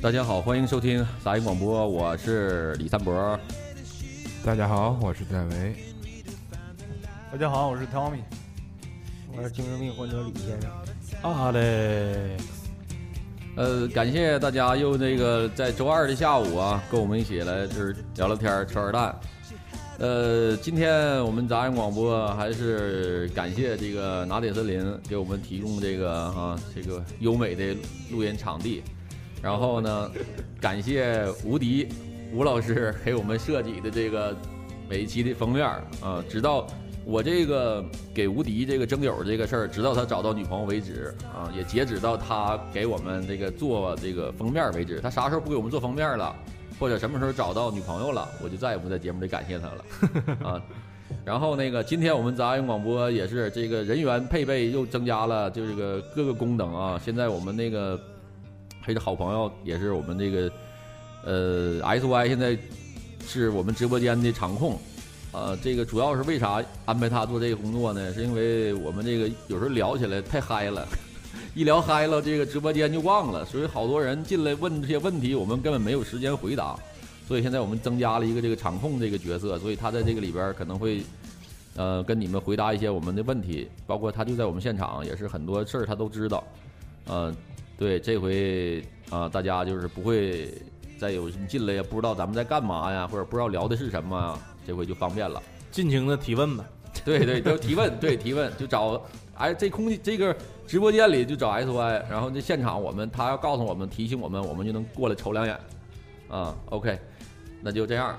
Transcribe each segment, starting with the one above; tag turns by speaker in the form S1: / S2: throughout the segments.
S1: 大家好，欢迎收听杂音广播，我是李三博。
S2: 大家好，我是戴维。
S3: 大家好，我是 Tommy。
S4: 我是精神病患者李先生。
S5: 啊 嘞，
S1: 呃，感谢大家又那个在周二的下午啊，跟我们一起来就是聊聊天儿、扯扯淡。呃，今天我们杂音广播还是感谢这个拿铁森林给我们提供这个啊这个优美的录音场地，然后呢，感谢吴迪吴老师给我们设计的这个每一期的封面儿啊，直到我这个给吴迪这个征友这个事儿，直到他找到女朋友为止啊，也截止到他给我们这个做这个封面为止。他啥时候不给我们做封面了，或者什么时候找到女朋友了，我就再也不在节目里感谢他了啊。然后那个，今天我们杂音广播也是这个人员配备又增加了，就这个各个功能啊。现在我们那个还是好朋友，也是我们这个呃 S Y 现在是我们直播间的场控。呃，这个主要是为啥安排他做这个工作呢？是因为我们这个有时候聊起来太嗨了， 一聊嗨了，这个直播间就忘了，所以好多人进来问这些问题，我们根本没有时间回答。所以现在我们增加了一个这个场控这个角色，所以他在这个里边可能会，呃，跟你们回答一些我们的问题，包括他就在我们现场，也是很多事儿他都知道。呃，对，这回啊、呃大家就是不会再有你进来也不知道咱们在干嘛呀，或者不知道聊的是什么呀，这回就方便了。
S5: 尽情的提问吧。
S1: 对对，就提问，对提问，就找哎，这空气这个直播间里就找 S Y，然后这现场我们他要告诉我们提醒我们，我们就能过来瞅两眼。啊，OK，那就这样。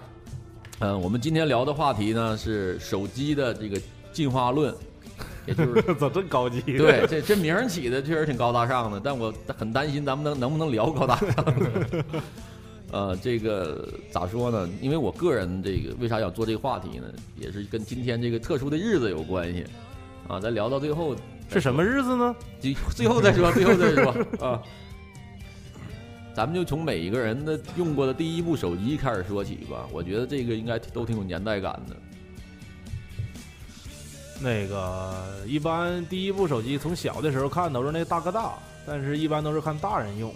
S1: 嗯，我们今天聊的话题呢是手机的这个进化论，也就是
S5: 咋真高级？
S1: 对，这这名儿起的确实挺高大上的，但我很担心咱们能能不能聊高大上。 呃，这个咋说呢？因为我个人这个为啥想做这个话题呢，也是跟今天这个特殊的日子有关系啊。咱聊到最后
S5: 是什么日子呢？
S1: 就最后再说，最后再说啊。咱们就从每一个人的用过的第一部手机开始说起吧。我觉得这个应该都挺有年代感的。
S5: 那个一般第一部手机从小的时候看都是那大哥大，但是一般都是看大人用。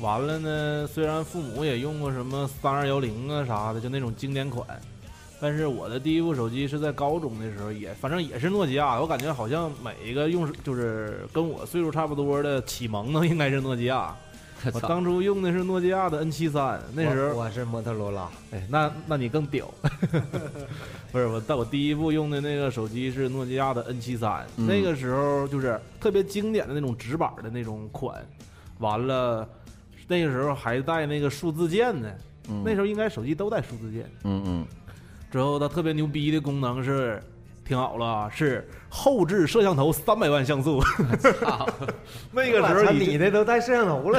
S5: 完了呢，虽然父母也用过什么三二幺零啊啥的，就那种经典款，但是我的第一部手机是在高中的时候也，反正也是诺基亚。我感觉好像每一个用就是跟我岁数差不多的启蒙的应该是诺基亚。 我
S1: 操
S5: 当初用的是诺基亚的 N 7 3那时候
S4: 我我是摩托罗拉，
S5: 哎，那那你更屌， 不是我？但我第一部用的那个手机是诺基亚的 N 7 3
S1: 嗯
S5: 那个时候就是特别经典的那种直板的那种款，完了那个时候还带那个数字键呢，
S1: 嗯
S5: 那时候应该手机都带数字键。
S1: 嗯嗯，
S5: 之后它特别牛逼的功能是，听好了啊，是后置摄像头三百万像素， 那个时
S4: 我
S5: 候
S4: 操
S5: 已经
S4: 你的都带摄像头了，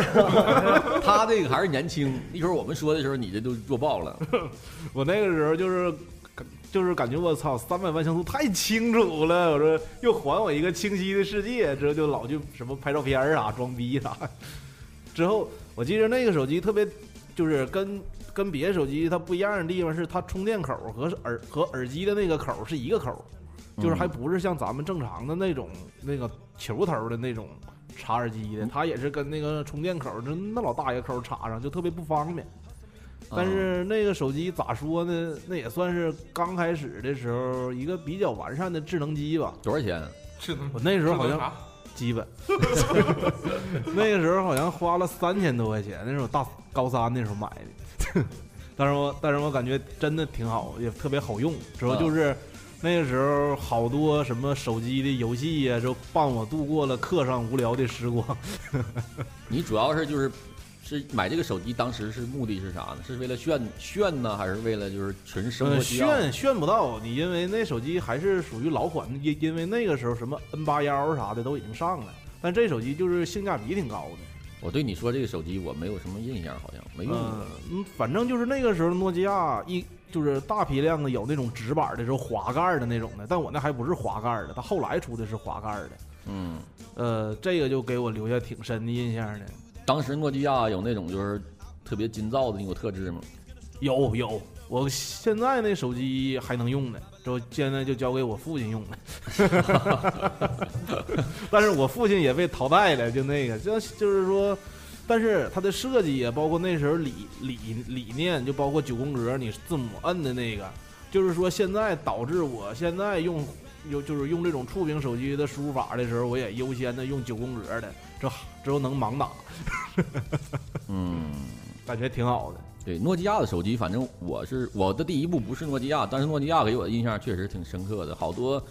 S1: 他这个还是年轻。一会儿我们说的时候，你这都弱爆了。
S5: 我那个时候就是感就是感觉我操，三百万像素太清楚了。我说又还我一个清晰的世界，之后就老去什么拍照片儿啊、 装逼啥、之后我记得那个手机特别，就是跟跟别的手机它不一样的地方是，它充电口和耳和耳机的那个口是一个口，就是还不是像咱们正常的那种那个球头的那种。插耳机的，它也是跟那个充电口，就那老大一个口插上，就特别不方便。
S2: 嗯
S5: 但是那个手机咋说呢？那也算是刚开始的时候一个比较完善的智能机吧。
S1: 多少钱？啊
S2: 嗯智能
S5: 我那时候好像
S2: 啥？
S5: 基本， 那个时候好像花了三千多块钱，那是我大高三那时候买的。 但是我但是我感觉真的挺好，也特别好用。主
S2: 嗯
S5: 要就是那个时候好多什么手机的游戏呀、就伴我度过了课上无聊的时光。
S1: 你主要是就是是买这个手机，当时是目的是啥呢？是为了炫炫呢，还是为了就是纯生活
S5: 嗯，
S1: 需要？
S5: 炫炫不到你，因为那手机还是属于老款，因因为那个时候什么 N 八幺啥的都已经上了，但这手机就是性价比挺高的。
S1: 我对你说这个手机我没有什么印象，好像没用过。
S5: 嗯嗯，反正就是那个时候诺基亚一就是大批量的有那种直板的，就是滑盖的那种的，但我那还不是滑盖的，它后来出的是滑盖的。
S1: 嗯，
S5: 呃，这个就给我留下挺深的印象的。
S1: 当时诺基亚有那种就是特别金造的那种特质吗？
S5: 有有，我现在那手机还能用呢，就现在就交给我父亲用了。 但是我父亲也被淘汰了，就那个，就就是说，但是它的设计也包括那时候理理理念，就包括九宫格你字母摁的那个，就是说现在导致我现在用有就是用这种触屏手机的输入法的时候，我也优先的用九宫格的，这之后能盲打，
S1: 嗯，
S5: 感觉挺好的。
S1: 对，诺基亚的手机，反正我是我的第一部不是诺基亚，但是诺基亚给我的印象确实挺深刻的，好多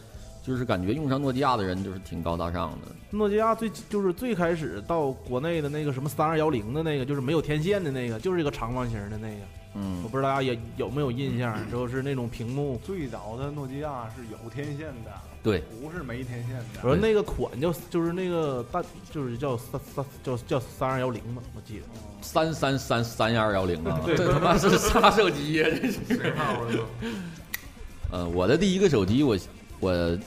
S1: 就是感觉用上诺基亚的人就是挺高大上的。
S5: 诺基亚最就是最开始到国内的那个什么三二幺零的那个，就是没有天线的那个，就是一个长方形的那个，
S1: 嗯
S5: 我，不知道大家也有没有印象，就是那种屏幕。
S3: 最早的诺基亚是有天线的，
S1: 对，
S3: 不是没天线的。
S5: 我说那个款叫就是那个大就是叫三三叫叫三二幺零吧，我记得。
S1: 三三三三二幺零 啊，
S5: 对
S1: 这他妈是啥手机呀、这是。呃，我的第一个手机，我我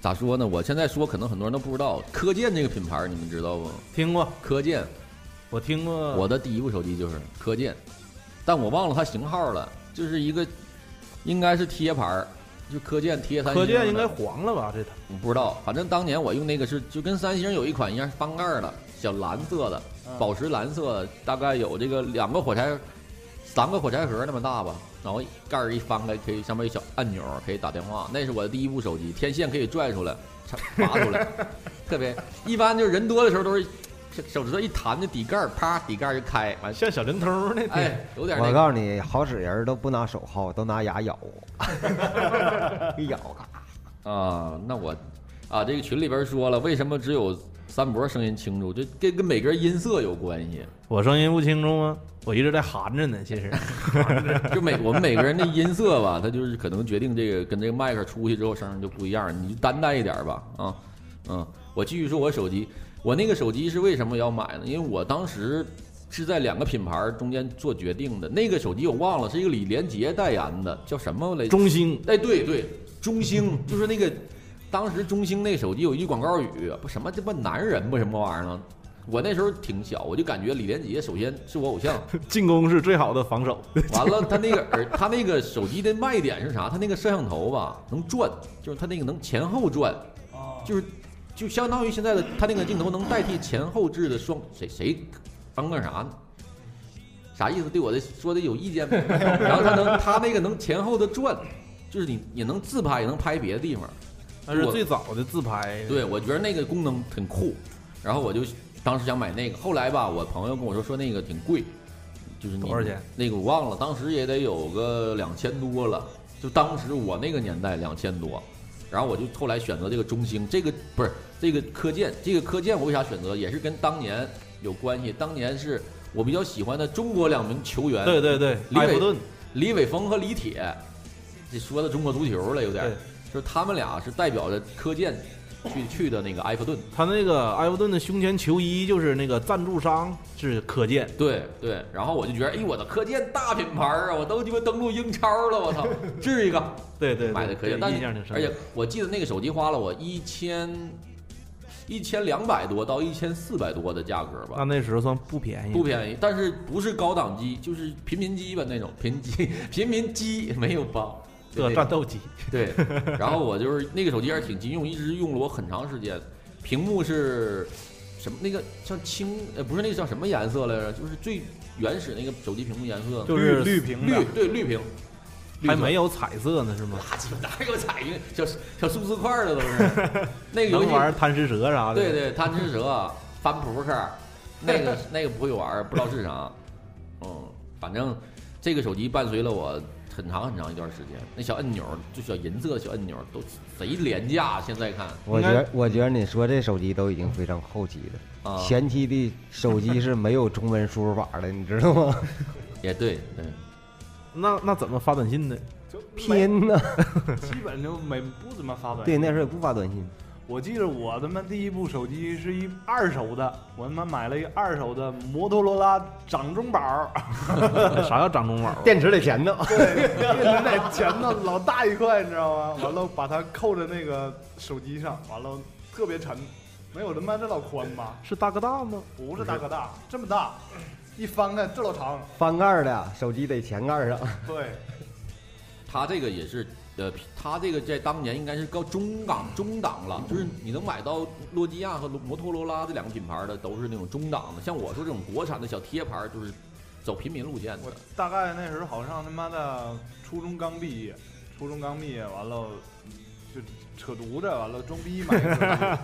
S1: 咋说呢？我现在说，可能很多人都不知道，科健这个品牌，你们知道不？
S5: 听过，
S1: 科健，
S5: 我听过。
S1: 我的第一部手机就是科健，但我忘了它型号了，就是一个应该是贴牌儿，就科健贴三星
S5: 可
S1: 的。
S5: 见应该黄了吧？这台
S1: 我不知道，反正当年我用那个是就跟三星有一款一样，翻盖儿的小蓝色的，
S3: 嗯
S1: 宝石蓝色的，大概有这个两个火柴，三个火柴盒那么大吧，然后盖儿一翻开，可以上面有小按钮，可以打电话。那是我的第一部手机，天线可以拽出来， 插拔出来，特别一般就是人多的时候都是手指头一弹就底盖儿，啪底盖儿就开，完事
S5: 像小灵通 那台。
S1: 哎有点那
S4: 我
S1: 个，
S4: 告诉你，好使人都不拿手薅，都拿牙咬，一咬嘎。
S1: 啊，那我啊这个群里边说了，为什么只有三博声音清楚？这这跟每个人音色有关系。
S5: 我声音不清楚吗？我一直在含着呢， 其实。
S1: 就每我们每个人的音色吧，它就是可能决定这个跟这个麦克出去之后声儿就不一样，你就担待一点儿吧，啊，嗯，我继续说我手机，我那个手机是为什么要买呢？因为我当时是在两个品牌儿中间做决定的，那个手机我忘了是一个李连杰代言的，叫什么来着？
S5: 中兴
S1: 哎，对对，中兴就是那个，当时中兴那手机有一句广告语，不什么他妈男人不什么玩意儿呢？我那时候挺小，我就感觉李连杰首先是我偶像，
S5: 进攻是最好的防守。
S1: 完了，他那个耳，他那个手机的卖点是啥？他那个摄像头吧，能转，就是他那个能前后转，
S3: 啊，
S1: 就是就相当于现在的他那个镜头能代替前后置的双谁谁刚干啥呢？啥意思？对我的说的有意见吗？然后他能他那个能前后的转，就是你也能自拍，也能拍别的地方。
S5: 那是最早的自拍。
S1: 对，我觉得那个功能很酷，然后我就当时想买那个。后来吧，我朋友跟我说说那个挺贵，就是你
S5: 多少钱？
S1: 那个我忘了，当时也得有个两千多了，就当时我那个年代两千多。然后我就后来选择这个中兴，这个不是这个科健，这个科健我为啥选择也是跟当年有关系。当年是我比较喜欢的中国两名球员，
S5: 对对对，
S1: 李伟
S5: 埃弗顿
S1: 李伟峰和李铁，这说到中国足球了有点儿
S5: 对，
S1: 就是他们俩是代表着科健去去的那个埃弗顿。
S5: 他那个埃弗顿的胸前球衣就是那个赞助商是可见，
S1: 对对，然后我就觉得，哎，我的科健大品牌儿啊，我都鸡巴登陆英超了，我操，治一个
S5: 对对对
S1: 买的科健，
S5: 这
S1: 但
S5: 印象挺
S1: 是
S5: 深。
S1: 而且我记得那个手机花了我一千一千两百多到一千四百多的价格吧
S5: 那，那时候算不便宜，
S1: 不便宜，但是不是高档机，就是平民机吧那种平机平民机没有包，就
S5: 这
S1: 那
S5: 战
S1: 种
S5: 斗机，
S1: 对，然后我就是那个手机还是挺经用，一直用了我很长时间。屏幕是什么？那个像青呃，不是那个叫什么颜色来着？就是最原始那个手机屏幕颜色，
S5: 就是
S3: 绿绿屏的
S1: 绿，对绿屏，绿
S5: 还
S1: 色
S5: 没有彩色呢，是吗？
S1: 垃 圾，哪有彩云小小数字块儿的都是 那个游
S5: 能
S1: 戏，
S5: 玩贪吃蛇啥的。
S1: 对对，贪吃蛇、啊翻扑克，那个那个不会玩儿，不知道是啥。嗯，反正这个手机伴随了我很长很长一段时间。那小按钮，就小银色的小按钮，都贼廉价。现在看
S4: 我
S5: 应
S4: 觉
S5: 该
S4: 得我觉得你说这手机都已经非常后期了，
S1: 啊，
S4: 前期的手机是没有中文输入法的，你知道吗？
S1: 也对，对，
S5: 那那怎么发 短信的？
S3: 就没
S4: 拼呐，
S3: 基本就没不怎么发短信。
S4: 对，那时候也不发短信，
S3: 我记得我他妈第一部手机是一二手的，我他妈买了一二手的摩托罗拉掌中宝，
S5: 啥叫掌中宝啊？
S4: 电池得填 呢。
S3: 一直在前头老大一块，你知道吗？完了把它扣在那个手机上，完了特别沉，没有他妈这老宽吧？
S5: 是大哥大吗？
S3: 不是大哥大，这么大，一翻开这老长，
S4: 翻盖儿的手机得前盖儿上，
S3: 对，
S1: 它这个也是呃，它这个在当年应该是高中档中档了，就是你能买到诺基亚和摩托罗拉这两个品牌的都是那种中档的，像我说这种国产的小贴牌儿就是走平民路线的
S3: 我。大概那时候好像他妈的初中刚毕业，初中刚毕业完了就扯犊子，完了装逼 买的。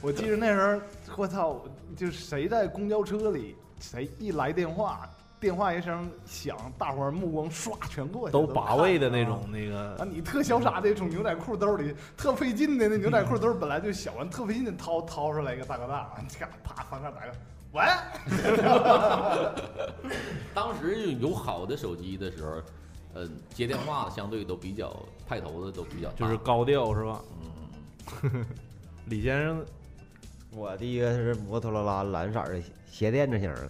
S3: 我记得那时候，我操，就是谁在公交车里，谁一来电话，电话一声响，大伙儿目光唰全过去，
S5: 都
S3: 都
S5: 拔位的
S3: 看
S5: 那
S3: 啊
S5: 种那个
S3: 啊，你特潇洒的从牛仔裤兜里特费劲的那牛仔裤兜本来就小，完特费劲的掏掏出来一个大哥大，这嘎啪翻盖打开，喂，
S1: 当时有好的手机的时候，呃，接电话的相对都比较派头的都比较大
S5: 就是高调是吧？
S1: 嗯嗯嗯
S5: 李先生
S4: 我第一个是摩托罗拉蓝色儿的鞋垫子型儿的，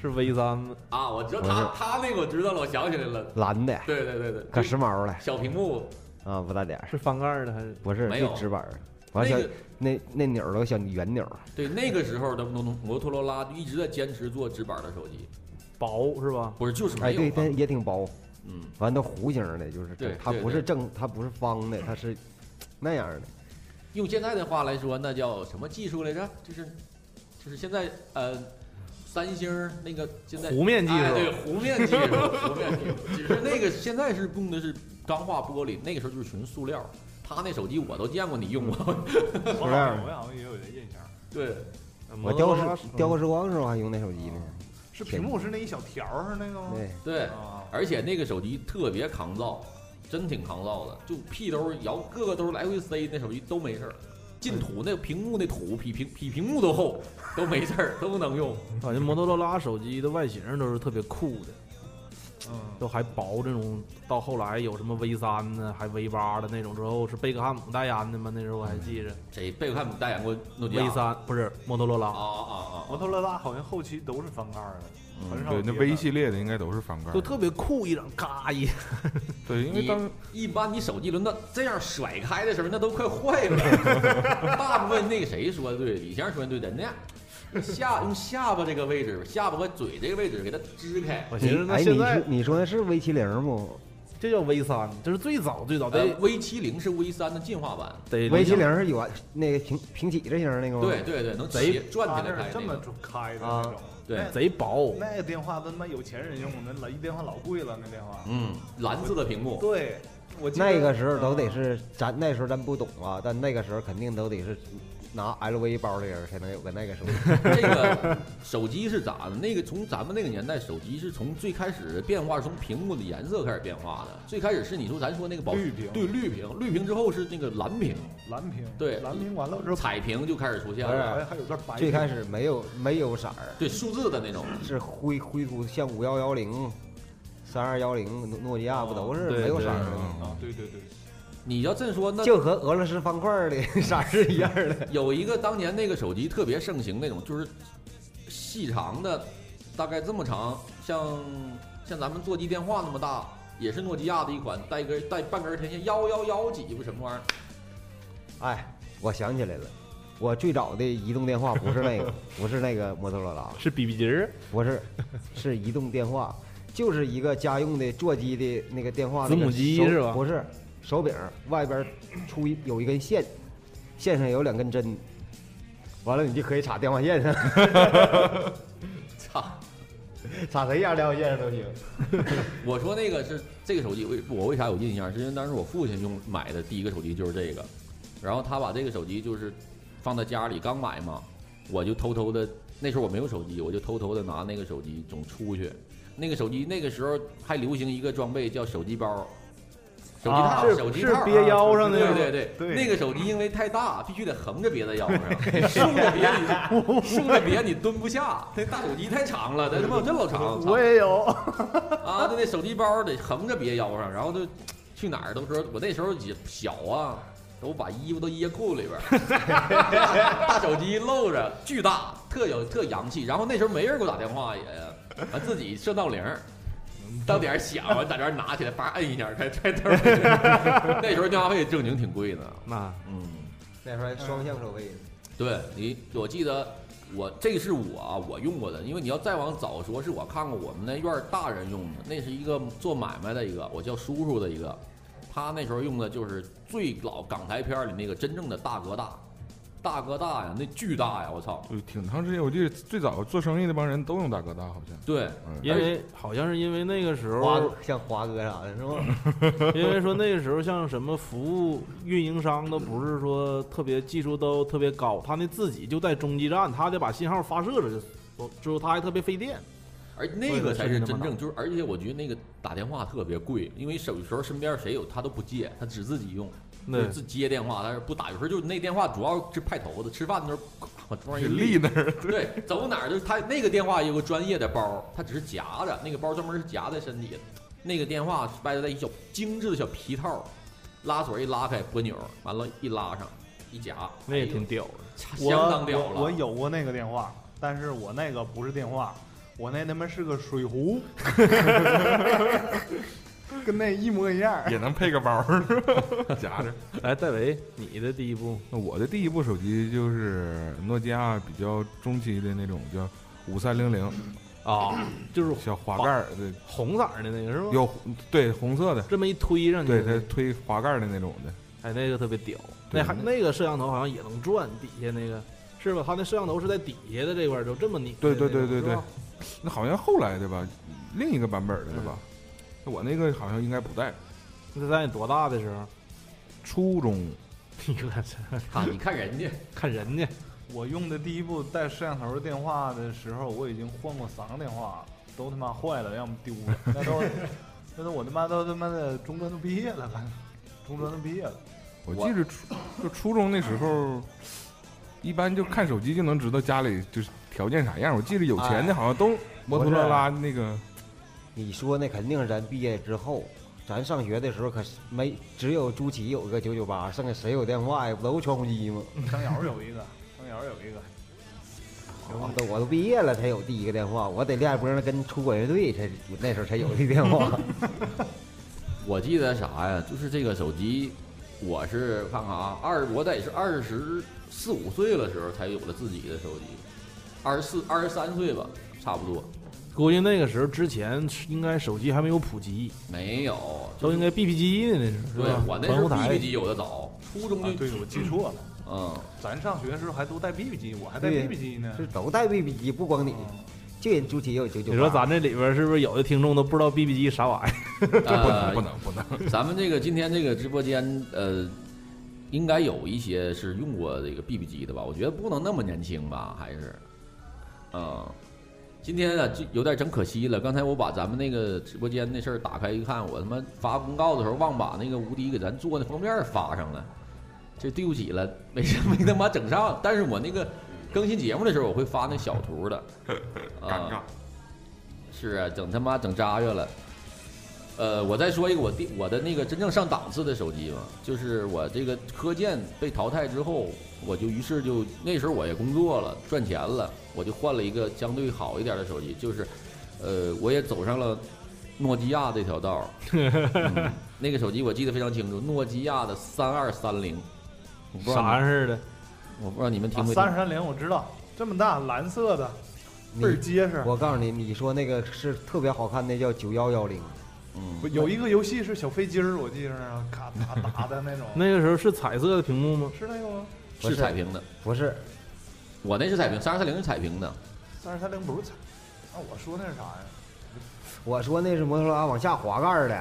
S5: 是 V 三
S1: 啊，我知道他他那个我知道了，我想起来了，
S4: 蓝的，
S1: 对对对对，
S4: 可时髦了
S1: 小屏幕
S4: 啊，不大点儿，
S5: 是翻盖儿的还是？
S4: 不是
S1: 没有
S4: 就直板儿，完
S1: 那
S4: 小
S1: 个
S4: 那那钮儿都小圆钮儿，
S1: 对那个时候的摩托摩托罗拉一直在坚持做直板的手机，
S5: 薄是吧？
S1: 不是就是
S4: 哎，
S1: 没有
S4: 对，
S1: 嘛
S4: 它也挺薄，
S1: 嗯，
S4: 完都弧形儿的，就是
S1: 对
S4: 正它
S1: 对
S4: 不是
S1: 对
S4: 正，它不是方的，它是那样儿的。
S1: 用现在的话来说，那叫什么技术来着？就是就是现在呃，三星儿那个现在
S5: 弧面技
S1: 哎对
S5: 术，
S1: 弧面技术，弧面技术，只是那个现在是用的是钢化玻璃，那个时候就是纯塑料。他那手机我都见过，你用过？
S3: 我
S4: 塑
S3: 好
S4: 料儿
S3: 像我好像也有这印象，
S1: 对，
S4: 我
S5: 摩
S4: 雕
S5: 托罗拉
S4: 时雕刻时光的时候还用那手机呢，
S3: 是屏幕是那一小条儿是那个吗？
S5: 嗯
S4: 对，
S1: 对，
S3: 啊，
S1: 而且那个手机特别抗造，真挺抗造的，就屁兜儿摇各个兜儿来回塞，那手机都没事儿。进土那屏幕那土比屏比屏幕都厚，都没事儿，都能用。
S5: 感觉摩托罗拉手机的外形都是特别酷的，
S3: 嗯，
S5: 都还薄这种。到后来有什么 V 三呢，还 V 八的那种，之后是贝克汉姆代言的吗？那时候我还记
S4: 嗯
S5: 着
S1: 谁贝克汉姆代言过诺基亚
S5: V 三不是摩托罗
S1: 啊
S5: 拉，
S1: 啊啊啊！
S3: 摩托罗拉好像后期都是翻盖儿
S4: 嗯
S3: 的，很少
S2: 对，
S3: 有
S2: 那
S3: 别
S2: V
S3: 的
S2: 系列的应该都是翻盖儿
S5: 就
S2: 的。
S5: 特别酷，一整嘎一
S4: 嗯
S2: 对，因为
S1: 你
S2: 当
S1: 一般你手机轮到这样甩开的时候，那都快坏了。 大部分那个谁说的对，李先生说的对，怎的下用下巴这个位置，下巴和嘴这个位置给它支开。
S5: 我寻思
S4: 你
S5: 那
S4: 哎，
S5: 现
S4: 你
S5: 在
S4: 说你说的是 V 七零不
S5: 这叫 V 三，这是最早最早
S1: 呃
S5: 得
S1: ，V 7 0是 V 3的进化版。
S5: 得
S4: 哎？V 七零是有啊那个平平起这型儿那个吗？
S1: 对，对对，能
S5: 贼
S1: 斜转
S3: 它
S1: 起
S3: 那
S1: 来
S3: 是
S1: 开
S3: 这
S1: 那
S3: 么
S1: 个。嗯
S3: 开的
S4: 啊
S3: 那种，
S1: 对
S3: 那
S5: 贼薄，
S3: 那个电话他妈有钱人用的，老一电话老贵了，那电话，
S1: 嗯，蓝色的屏幕，
S3: 对，我记得
S4: 那个时候都得
S3: 嗯
S4: 是咱那时候咱不懂啊，但那个时候肯定都得是拿 LV 包的人才能有个那个 手机。
S1: 这个手机是咋的？那个从咱们那个年代，手机是从最开始的变化，是从屏幕的颜色开始变化的。最开始是你说咱说那个宝
S3: 绿屏
S1: 对绿屏，绿屏之后是那个蓝屏，
S3: 呃蓝屏，
S1: 对
S3: 蓝屏完了之后，
S1: 彩屏就开始出现
S4: 不是
S1: 了，
S3: 还还有段白屏，
S4: 最开始没有没有色儿，
S1: 对数字的那种。
S4: 是灰灰姑像五幺幺零、三二幺零、诺诺基亚不都是
S5: 哦对
S4: 没有色儿
S5: 对
S4: 的吗？
S3: 啊
S2: 嗯，
S3: 对对对，
S1: 你要这么说，那
S4: 就和俄罗斯方块 儿的色儿是一样的。
S1: 有一个当年那个手机特别盛行那种，就是细长的，大概这么长，像像咱们座机电话那么大，也是诺基亚的一款，带一根带半根天线，幺幺幺几不什么玩意儿。
S4: 哎，我想起来了，我最早的移动电话不是那 个，不是那个摩托罗拉，
S5: 是比比级儿，
S4: 不是，是移动电话，就是一个家用的座机的那个电话那个
S5: 子母机
S4: 手
S5: 是吧
S4: 不是，手柄外边出一有一根线，线上有两根针，完了你就可以插电话线上，
S1: 操！
S4: 插谁家电话线上都行。
S1: 我说那个是这个手机，为我为啥有印象？是因为当时我父亲用买的第一个手机就是这个，然后他把这个手机就是放在家里刚买嘛，我就偷偷的，那时候我没有手机，我就偷偷的拿那个手机总出去。那个手机那个时候还流行一个装备叫手机包，手机
S5: 啊
S1: 套，
S5: 是
S1: 手机
S5: 是
S1: 套。
S5: 别腰上那
S1: 对
S5: 个，
S1: 对对
S3: 啊对
S1: 那个手机因为太大，必须得横着别在 腰上，竖着别你竖着别你蹲不下。那大手机太长了，它他妈有这老长。操
S3: 我也有，
S1: 啊，就那手机包得横着别腰上，然后就去哪儿都说，我那时候也小啊，都把衣服都掖裤里边儿， 大手机露着，巨大，特有特洋气。然后那时候没人给我打电话也，完自己设闹铃儿。到点儿响，完在这儿拿起来，叭摁一下，开开头。 那时候电话费正经挺贵呢。
S5: 那
S1: 嗯，
S4: 那时候还双向收费，
S1: 对你，我记得我这是我啊我用过的，因为你要再往早说，是我看过我们那院儿大人用的，那是一个做买卖的一个，我叫叔叔的一个，他那时候用的就是最老港台片儿里那个真正的大哥大，大哥大呀，那巨大呀，我操！
S2: 有挺长时间，我记得最早做生意那帮人都用大哥大，好像。
S1: 对，
S2: 嗯，
S5: 因
S4: 哎
S5: 为好像是因为那个时
S4: 华
S5: 候，
S4: 像华哥啥的是吧？
S5: 因为说那个时候像什么服务运营商都不是说特别技术都特别高，他那自己就在中继站，他得把信号发射出去，之后他还特别费电。
S1: 而那个才是真正，就是而且我觉得那个打电话特别贵，因为有时候身边谁有他都不接，他只自己用，
S5: 对
S1: 就自接电话，但是不打。有时候就那电话主要是派头子，吃饭的时候咔往桌上一
S2: 给立那儿，
S1: 对，走哪儿就是他那个电话有个专业的包，它只是夹着，那个包专门是夹在身体的。那个电话外头带一小精致的小皮套，拉锁一拉开，拨钮，完了，一拉上，一夹，哎
S5: 那也挺屌的。
S1: 相
S3: 我
S1: 当屌
S3: 我我
S1: 了。
S3: 有过那个电话，但是我那个不是电话，我那他妈是个水壶， 跟那一模一样。
S2: 也能配个包儿，是吧？ 夹着。
S5: 哎，戴维，你的第一步
S2: 那我的第一部手机就是诺基亚比较中期的那种，叫五三零零，
S5: 啊，就是
S2: 小滑盖儿的，
S5: 红色儿的那个是吧？
S2: 有对红色的，
S5: 这么一推上去，
S2: 对它推滑盖儿的那种的。
S5: 哎，那个特别屌，那还那个摄像头好像也能转，底下那个是吧？他那摄像头是在底下的这块儿，就这么拧。
S2: 对对对对对，那好像后来的吧，另一个版本的了吧？那我那个好像应该不带。
S5: 那在你多大的时候？
S2: 初中
S5: 你看
S1: 啊，你看人家，
S5: 看人家，
S3: 我用的第一部带摄像头的电话的时候，我已经换过三个电话，都他妈坏了，要么丢了，那都那都我他妈都他妈的中专都毕业了，感觉中专都毕业了。
S2: 我
S1: 我
S2: 记着初就初中那时候，一般就看手机就能知道家里就是条件啥样。我记得有
S1: 哎
S2: 钱的好像都摩托罗拉那个，
S4: 你说那肯定是咱毕业之后，咱上学的时候可是没只有朱祁有个九九八，剩下谁有电话呀？不都传呼机吗？
S3: 张瑶有一个，张瑶有一个，
S4: 啊都我都毕业了才有第一个电话，我得练波那跟出管乐队才那时候才有的电话。
S1: 我记得啥呀？就是这个手机，我是看看啊，二我得是二十四五岁了时候才有了自己的手机，二十四二十三岁吧，差不多。
S5: 估计那个时候之前是应该手机还没有普及，
S1: 没有，
S5: 都应该 BB 机呢，那是是
S1: 对
S5: 吧？
S1: 我那
S5: 传
S1: 时候
S5: 呼台
S1: BB 机有的早，初中
S3: 啊
S1: 就
S3: 对，我记错了，
S1: 嗯。
S3: 咱上学的时候还都带 BB 机，我还带
S4: 对
S3: BB 机呢。嗯
S4: 是都带 BB 机，不光你，就人朱祁也有九九八。
S5: 你说咱这里边是不是有的听众都不知道 BB 机啥玩意儿？
S2: 不
S1: 呃
S2: 能不能不 能。
S1: 咱们这个今天这个直播间，呃，应该有一些是用过这个 BB 机的吧？我觉得不能那么年轻吧，还是，嗯，今天啊，就有点整可惜了。刚才我把咱们那个直播间那事儿打开一看，我他妈发公告的时候忘把那个无敌给咱做那封面发上了，这对不起了，没事没他妈整上。但是我那个更新节目的时候，我会发那小图的，啊、
S2: 尴尬。
S1: 是啊，整他妈整扎着了。呃，我再说一个，我第我的那个真正上档次的手机嘛，就是我这个科健被淘汰之后，我就于是就那时候我也工作了，赚钱了，我就换了一个相对好一点的手机，就是，呃，我也走上了诺基亚这条道 儿、嗯那个手机我记得非常清楚，诺基亚的三二三零，我不知道你
S5: 啥似的？，
S1: 我不知道你们听
S3: 啊，
S1: 没听
S3: 三十三零我知道，这么大蓝色的，
S4: 你
S3: 倍儿结实。
S4: 我告诉你，你说那个是特别好看的，叫九幺幺零，
S1: 嗯
S3: 不有一个游戏是小飞机儿，我记着呢，咔打打的 那种
S5: 那个时候是彩色的屏幕吗？
S3: 是那个吗？
S4: 不是
S1: 是彩屏的，
S4: 不是
S1: 我那是彩屏，三二三零是彩屏的，
S3: 三十三零不是彩，那我说那是啥呀？
S4: 我说那是摩托罗拉往下滑盖儿的，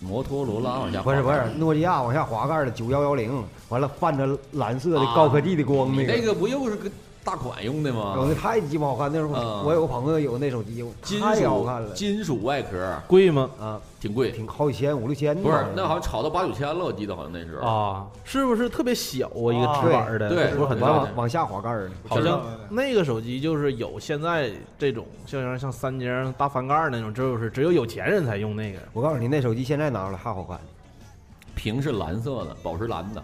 S1: 摩托罗拉往下
S4: 嗯不是不
S1: 滑
S4: 是诺基亚往下滑盖儿的九幺幺零，完了泛着蓝色的高科技的光
S1: 你
S4: 那
S1: 那
S4: 个，
S1: 个不又是个大款用的
S4: 我
S1: 吗？
S4: 那太鸡巴好看，那时候
S1: 啊嗯
S4: 我我有个朋友有那手机，
S1: 金
S4: 太好
S1: 属
S4: 看了
S1: 金属外壳
S5: 贵吗？
S4: 啊，
S1: 挺贵，
S4: 挺好几千五六千呢，
S1: 不是那好像炒到八九千了，我记得好像那时候。
S4: 哦
S5: 啊，是不是特别小啊？一个
S3: 啊
S5: 直板儿的，
S1: 对
S5: 不是很
S4: 完
S5: 大
S1: 对
S5: 的
S1: 对。
S4: 往往下滑盖儿的，
S5: 好
S3: 知道
S5: 像
S3: 了
S5: 那个手机就是有现在这种，像像三节儿大翻盖儿那种，只有是只有有钱人才用那个。
S4: 我告诉你，那手机现在拿出来还好看。
S1: 屏是蓝色的，宝石 蓝的，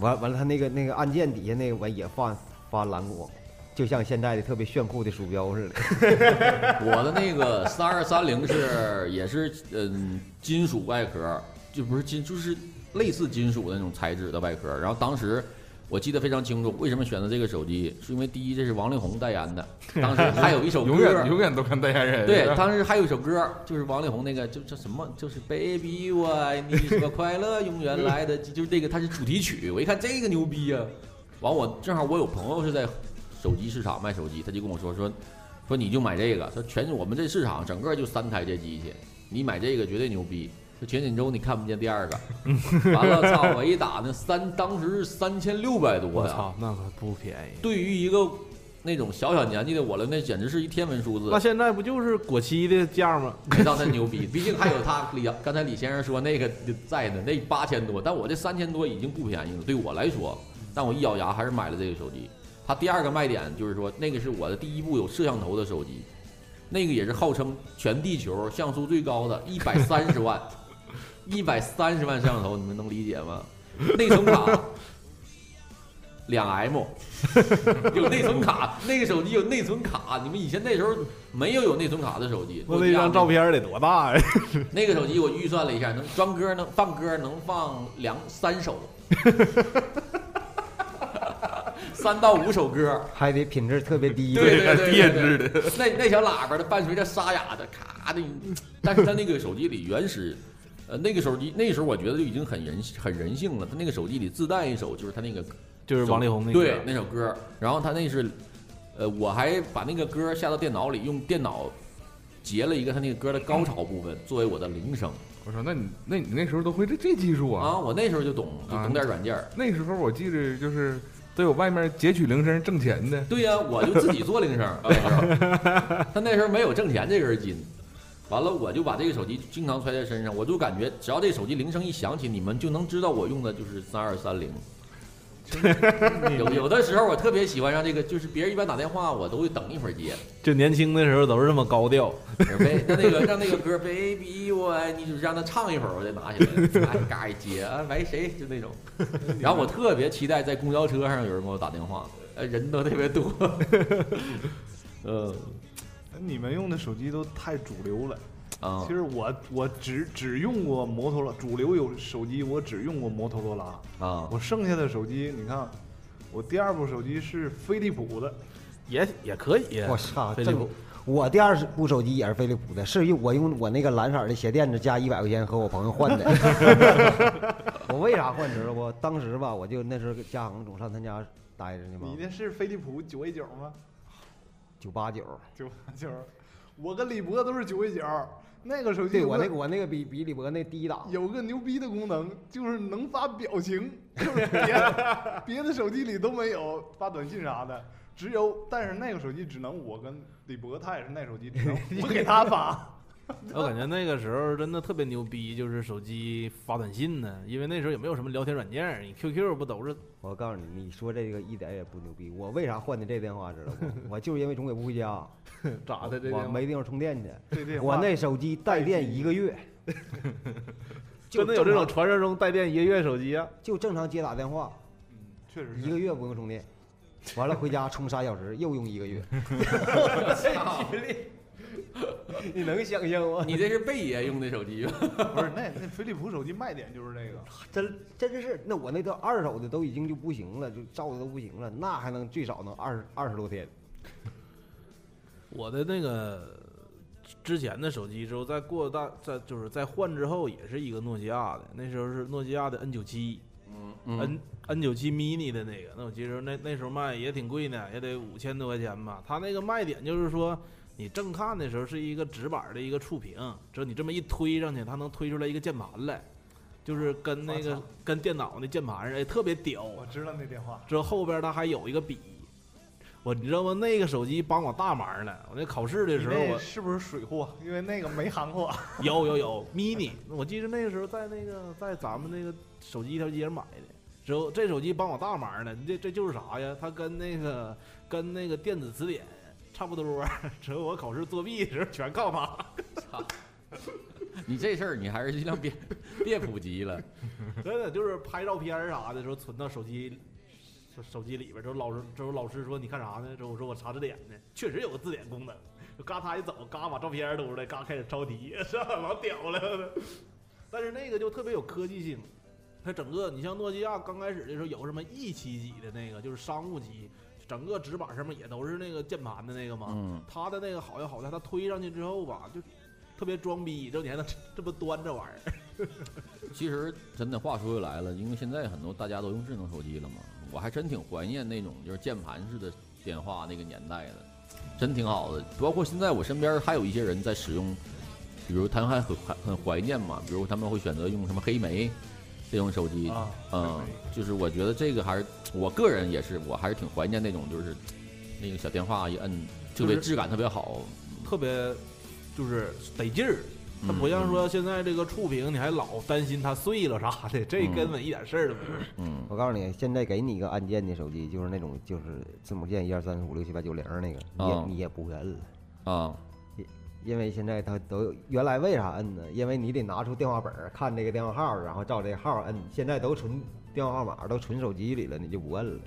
S4: 完完了，它那个那个按键底下那个完也发发蓝光，就像现在的特别炫酷的鼠标似的。
S1: 我的那个三二三零是也是嗯金属外壳，就不是金就是类似金属的那种材质的外壳。然后当时我记得非常清楚，为什么选择这个手机，是因为第一这是王力宏代言的，当时还有一 首歌，
S2: 永远永远都看代言人。
S1: 对，当时还有一首歌，就是王力宏那个，就叫什么，就是 Baby 我爱你，什么快乐永远来得及， 就是这个，它是主题曲。我一看这个牛逼呀、完我正好我有朋友是在手机市场卖手机，他就跟我说说说你就买这个，说全我们这市场整个就三台这机器，你买这个绝对牛逼。说全锦州你看不见第二 个，完了操！我一打那三，当时是三千六百多
S5: 我
S1: 呀。
S5: 操，那可不便宜。
S1: 对于一个那种小小年纪的我了，那简直是一天文数字。
S5: 那现在不就是果七的价吗？
S1: 没到他牛逼，毕竟还有他李刚才李先生说那个在呢，那八千多，但我这三千多已经不便宜了，对我来说，但我一咬牙还是买了这个手机。它第二个卖点就是说，那个是我的第一部有摄像头的手机，那个也是号称全地球像素最高的，一百三十万，一百三十万摄像头，你们能理解吗？内存卡两 M，有内存卡，那个手机有内存卡，你们以前那时候没有有内存卡的手机，
S5: 那那张照片得多大呀？
S1: 那个手机我预算了一下，能装歌能放歌能放两三首，三到五首歌。
S4: 还得品质特别低的。
S1: 对对对
S2: 电
S1: 对
S2: 制
S1: 对
S2: 的
S1: 那那小喇叭的伴随着沙哑的咔的，但是它那个手机里原始，呃，那个手机那时候我觉得就已经很人很人性了。它那个手机里自带一首就是它那个
S5: 就是王力宏那个。
S1: 对那首歌，然后他那是，呃，我还把那个歌下到电脑里，用电脑截了一个他那个歌的高潮部分作为我的铃声。
S2: 我说，那你那你那时候都会这这技术啊？
S1: 啊，我那时候就懂，就懂点软件儿。
S2: 那时候我记着就是都有外面截取铃声挣钱的，
S1: 对呀、我就自己做铃声儿。啊那时候他那时候没有挣钱这根筋，完了我就把这个手机经常揣在身上，我就感觉只要这手机铃声一响起，你们就能知道我用的就是三二三零。 有有的时候我特别喜欢让这个，就是别人一般打电话我都会等一会儿接，
S5: 就年轻的时候都是这么高调，
S1: 呗，让那个让那个歌 baby 我爱你，就是让他唱一会儿，我再拿起来，哎， 嘎一接啊，喂谁就 那种。然后我特别期待在公交车上有人给我打电话，呃，人都特别 多。呃
S3: 你们用的手机都太主流了。
S1: 啊，
S3: 其实我我只只用过摩托罗主流有手机，我只用过摩托罗拉。
S1: 啊，
S3: 我剩下的手机，你看，我第二部手机是飞利浦的，
S5: 也也可以。
S4: 我操，
S5: 飞利
S4: 这
S5: 浦
S4: 我第二部手机也是飞利浦的，是用我用我那个蓝色的鞋垫子加一百块钱和我朋友 换的。我为啥换折？我当时吧，我就那时候家恒总上他家待着呢嘛
S3: 你，那是飞利浦九 A 九吗？
S4: 九八九。
S3: 九九，我跟李博都是九 A 九，那个手机
S4: 对
S3: 有
S4: 我那个我那个比比李博那低档，
S3: 有个牛逼的功能，就是能发表情，就是别 的别的手机里都没有，发短信啥的。只有，但是那个手机只能我跟李博，他也是那手机，只 能我给他发。
S5: 我感觉那个时候真的特别牛逼，就是手机发短信呢，因为那时候也没有什么聊天软件儿，你 QQ 不都是
S4: 我告诉你，你说这个一点也不牛逼。我为啥换的这电话知道不？我就是因为总给不回家，
S5: 咋的？
S4: 我没地方充电去。
S3: 对对，
S4: 我那手机带电一个月，就
S5: 真的有这
S4: 正
S5: 种
S4: 常
S5: 传说中带电一个月手机啊？
S4: 就正常接打电话，
S3: 嗯确实
S4: 一个
S3: 是。
S4: 月不用充电，完了回家充仨小时，又用一个月。你能想象吗？
S1: 你这是贝爷用的手机吧？
S3: 不是那那飞利浦手机卖点就是这个，
S4: 真真是，那我那都二手的都已经就不行了，就照的都不行了，那还能最少能二十二十多天。
S5: 我的那个之前的手机之后，再过大再就是再换之后，也是一个诺基亚的，那时候是诺基亚的 N 9 7
S1: 嗯，
S5: N N 9 7 mini 的那个，那我记得那那时候卖也挺贵呢，也得五千多块钱吧。它那个卖点就是说，你正看的时候是一个直板的一个触屏，只要你这么一推上去，它能推出来一个键盘来，就是跟那
S3: 我
S5: 个
S3: 操
S5: 跟电脑那键盘似的，哎特别屌。
S3: 我知道那电话。
S5: 之后后边它还有一个笔，我你知道吗？那个手机帮我大忙了。我那考试的
S3: 你
S5: 时候
S3: 那
S5: 我
S3: 是不是水货？因为那个没韩货。
S5: 有有有 mini，我记得那个时候在那个在咱们那个手机一条街上买的。之后这手机帮我大忙了，这这就是啥呀？它跟那个跟那个电子词典差不多。之后我考试作弊的时候全靠它。
S1: 你这事儿你还是尽量别别普及了。
S5: 真的就是拍照片儿啥的时候存到手机手手机里边儿，之后老师之后老师说你看啥呢？之后我说我查字典呢，确实有个字典功能，就嘎嚓一走，嘎把照片儿撸出来， 嘎开始抄题，是吧？老屌了。但是那个就特别有科技性，它整个你像诺基亚刚开始的时候有什么 E 七几的那个，就是商务机，整个纸板上面也都是那个键盘的那个嘛。
S1: 嗯，
S5: 它的那个好就好在它推上去之后吧，就特别装逼，之后你还能这这么端着玩儿。
S1: 其实真的话说回来了，因为现在很多大家都用智能手机了嘛，我还真挺怀念那种就是键盘式的电话那个年代的，真挺好的。包括现在我身边还有一些人在使用，比如他们还很很很怀念嘛，比如他们会选择用什么黑莓这种手机，
S5: 啊
S1: 嗯，就是我觉得这个还是我个人也是，我还是挺怀念那种就是那个小电话一摁，特别
S5: 就是
S1: 质感特别好，
S5: 特别就是得劲儿。它
S1: 嗯
S5: 不像说现在这个触屏，你还老担心它碎了啥的，这
S1: 嗯
S5: 根本一点事儿都没有。
S1: 嗯，
S4: 我告诉你，现在给你一个按键的手机，就是那种就是字母键一二三四五六七八九零那个，你也、
S1: 哦
S4: 你也不会摁了，
S1: 啊，
S4: 因为现在它都有原来为啥摁呢？因为你得拿出电话本儿看这个电话号，然后照这个号摁。现在都存电话号码，都存手机里了，你就不摁了。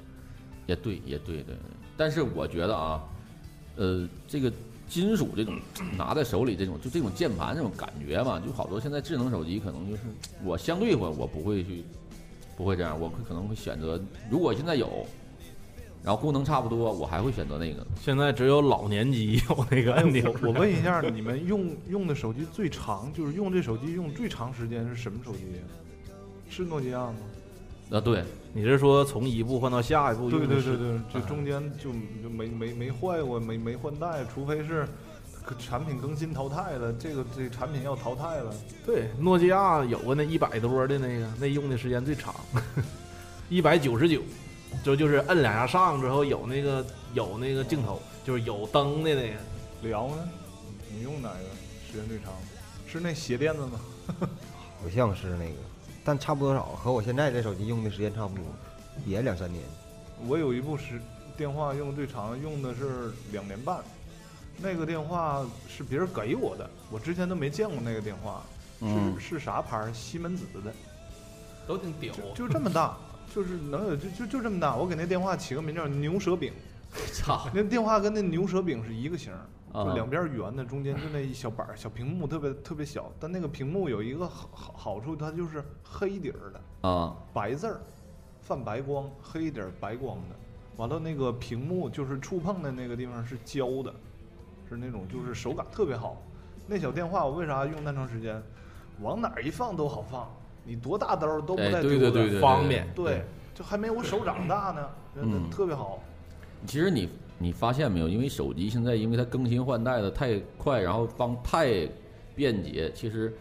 S1: 也对，也对，对对。但是我觉得啊，呃，这个金属这种拿在手里这种，就这种键盘这种感觉吧，就好多现在智能手机可能就是我相对我我不会去，不会这样，我会可能会选择，如果现在有，然后功能差不多，我还会选择那个。
S5: 现在只有老年机有那个按钮
S3: 哎我我问一下，你们用用的手机最长，就是用这手机用最长时间是什么手机？是诺基亚吗？
S1: 啊，对，
S5: 你是说从一步换到下一步？
S3: 对
S5: 用的
S3: 对
S5: 是
S3: 对对，这中间就就没没没坏过，没没换代，除非是可产品更新淘汰了，这个这产品要淘汰了。
S5: 对，诺基亚有个那一百多的那个，那用的时间最长， 一百九十九，就就是摁两下上之后有那个有那个镜头，就是有灯的那个。
S3: 聊呢？你用哪个时间最长？是那鞋垫子吗？
S4: 好像是那个，但差不多少，和我现在这手机用的时间差不多，也两三年。
S3: 我有一部时电话用最长，用的是两年半。那个电话是别人给我的，我之前都没见过那个电话，
S1: 嗯
S3: 是是啥牌儿？西门子的，
S5: 都挺屌啊
S3: 就这么大，就是能有就就就这么大。我给那电话起个名叫牛舌饼，
S1: 操，
S3: 那电话跟那牛舌饼是一个型儿，
S1: 啊
S3: 就两边圆的，中间就那一小板儿小屏幕，特别特别小。但那个屏幕有一个好好好处，它就是黑底儿的，
S1: 啊，
S3: 白字儿，泛白光，黑底儿白光的。完了，那个屏幕就是触碰的那个地方是胶的，是那种就是手感特别好。那小电话我为啥用那长时间？往哪儿一放都好放，你多大兜儿都不
S1: 哎，
S3: 带
S1: 对
S3: 丢
S1: 对对
S3: 的。
S1: 对，对
S5: 方便
S3: 对，就还没我手掌大呢，真
S1: 嗯
S3: 的特别好。
S1: 其实你你发现没有，因为手机现在因为它更新换代的太快，然后方太便捷，其实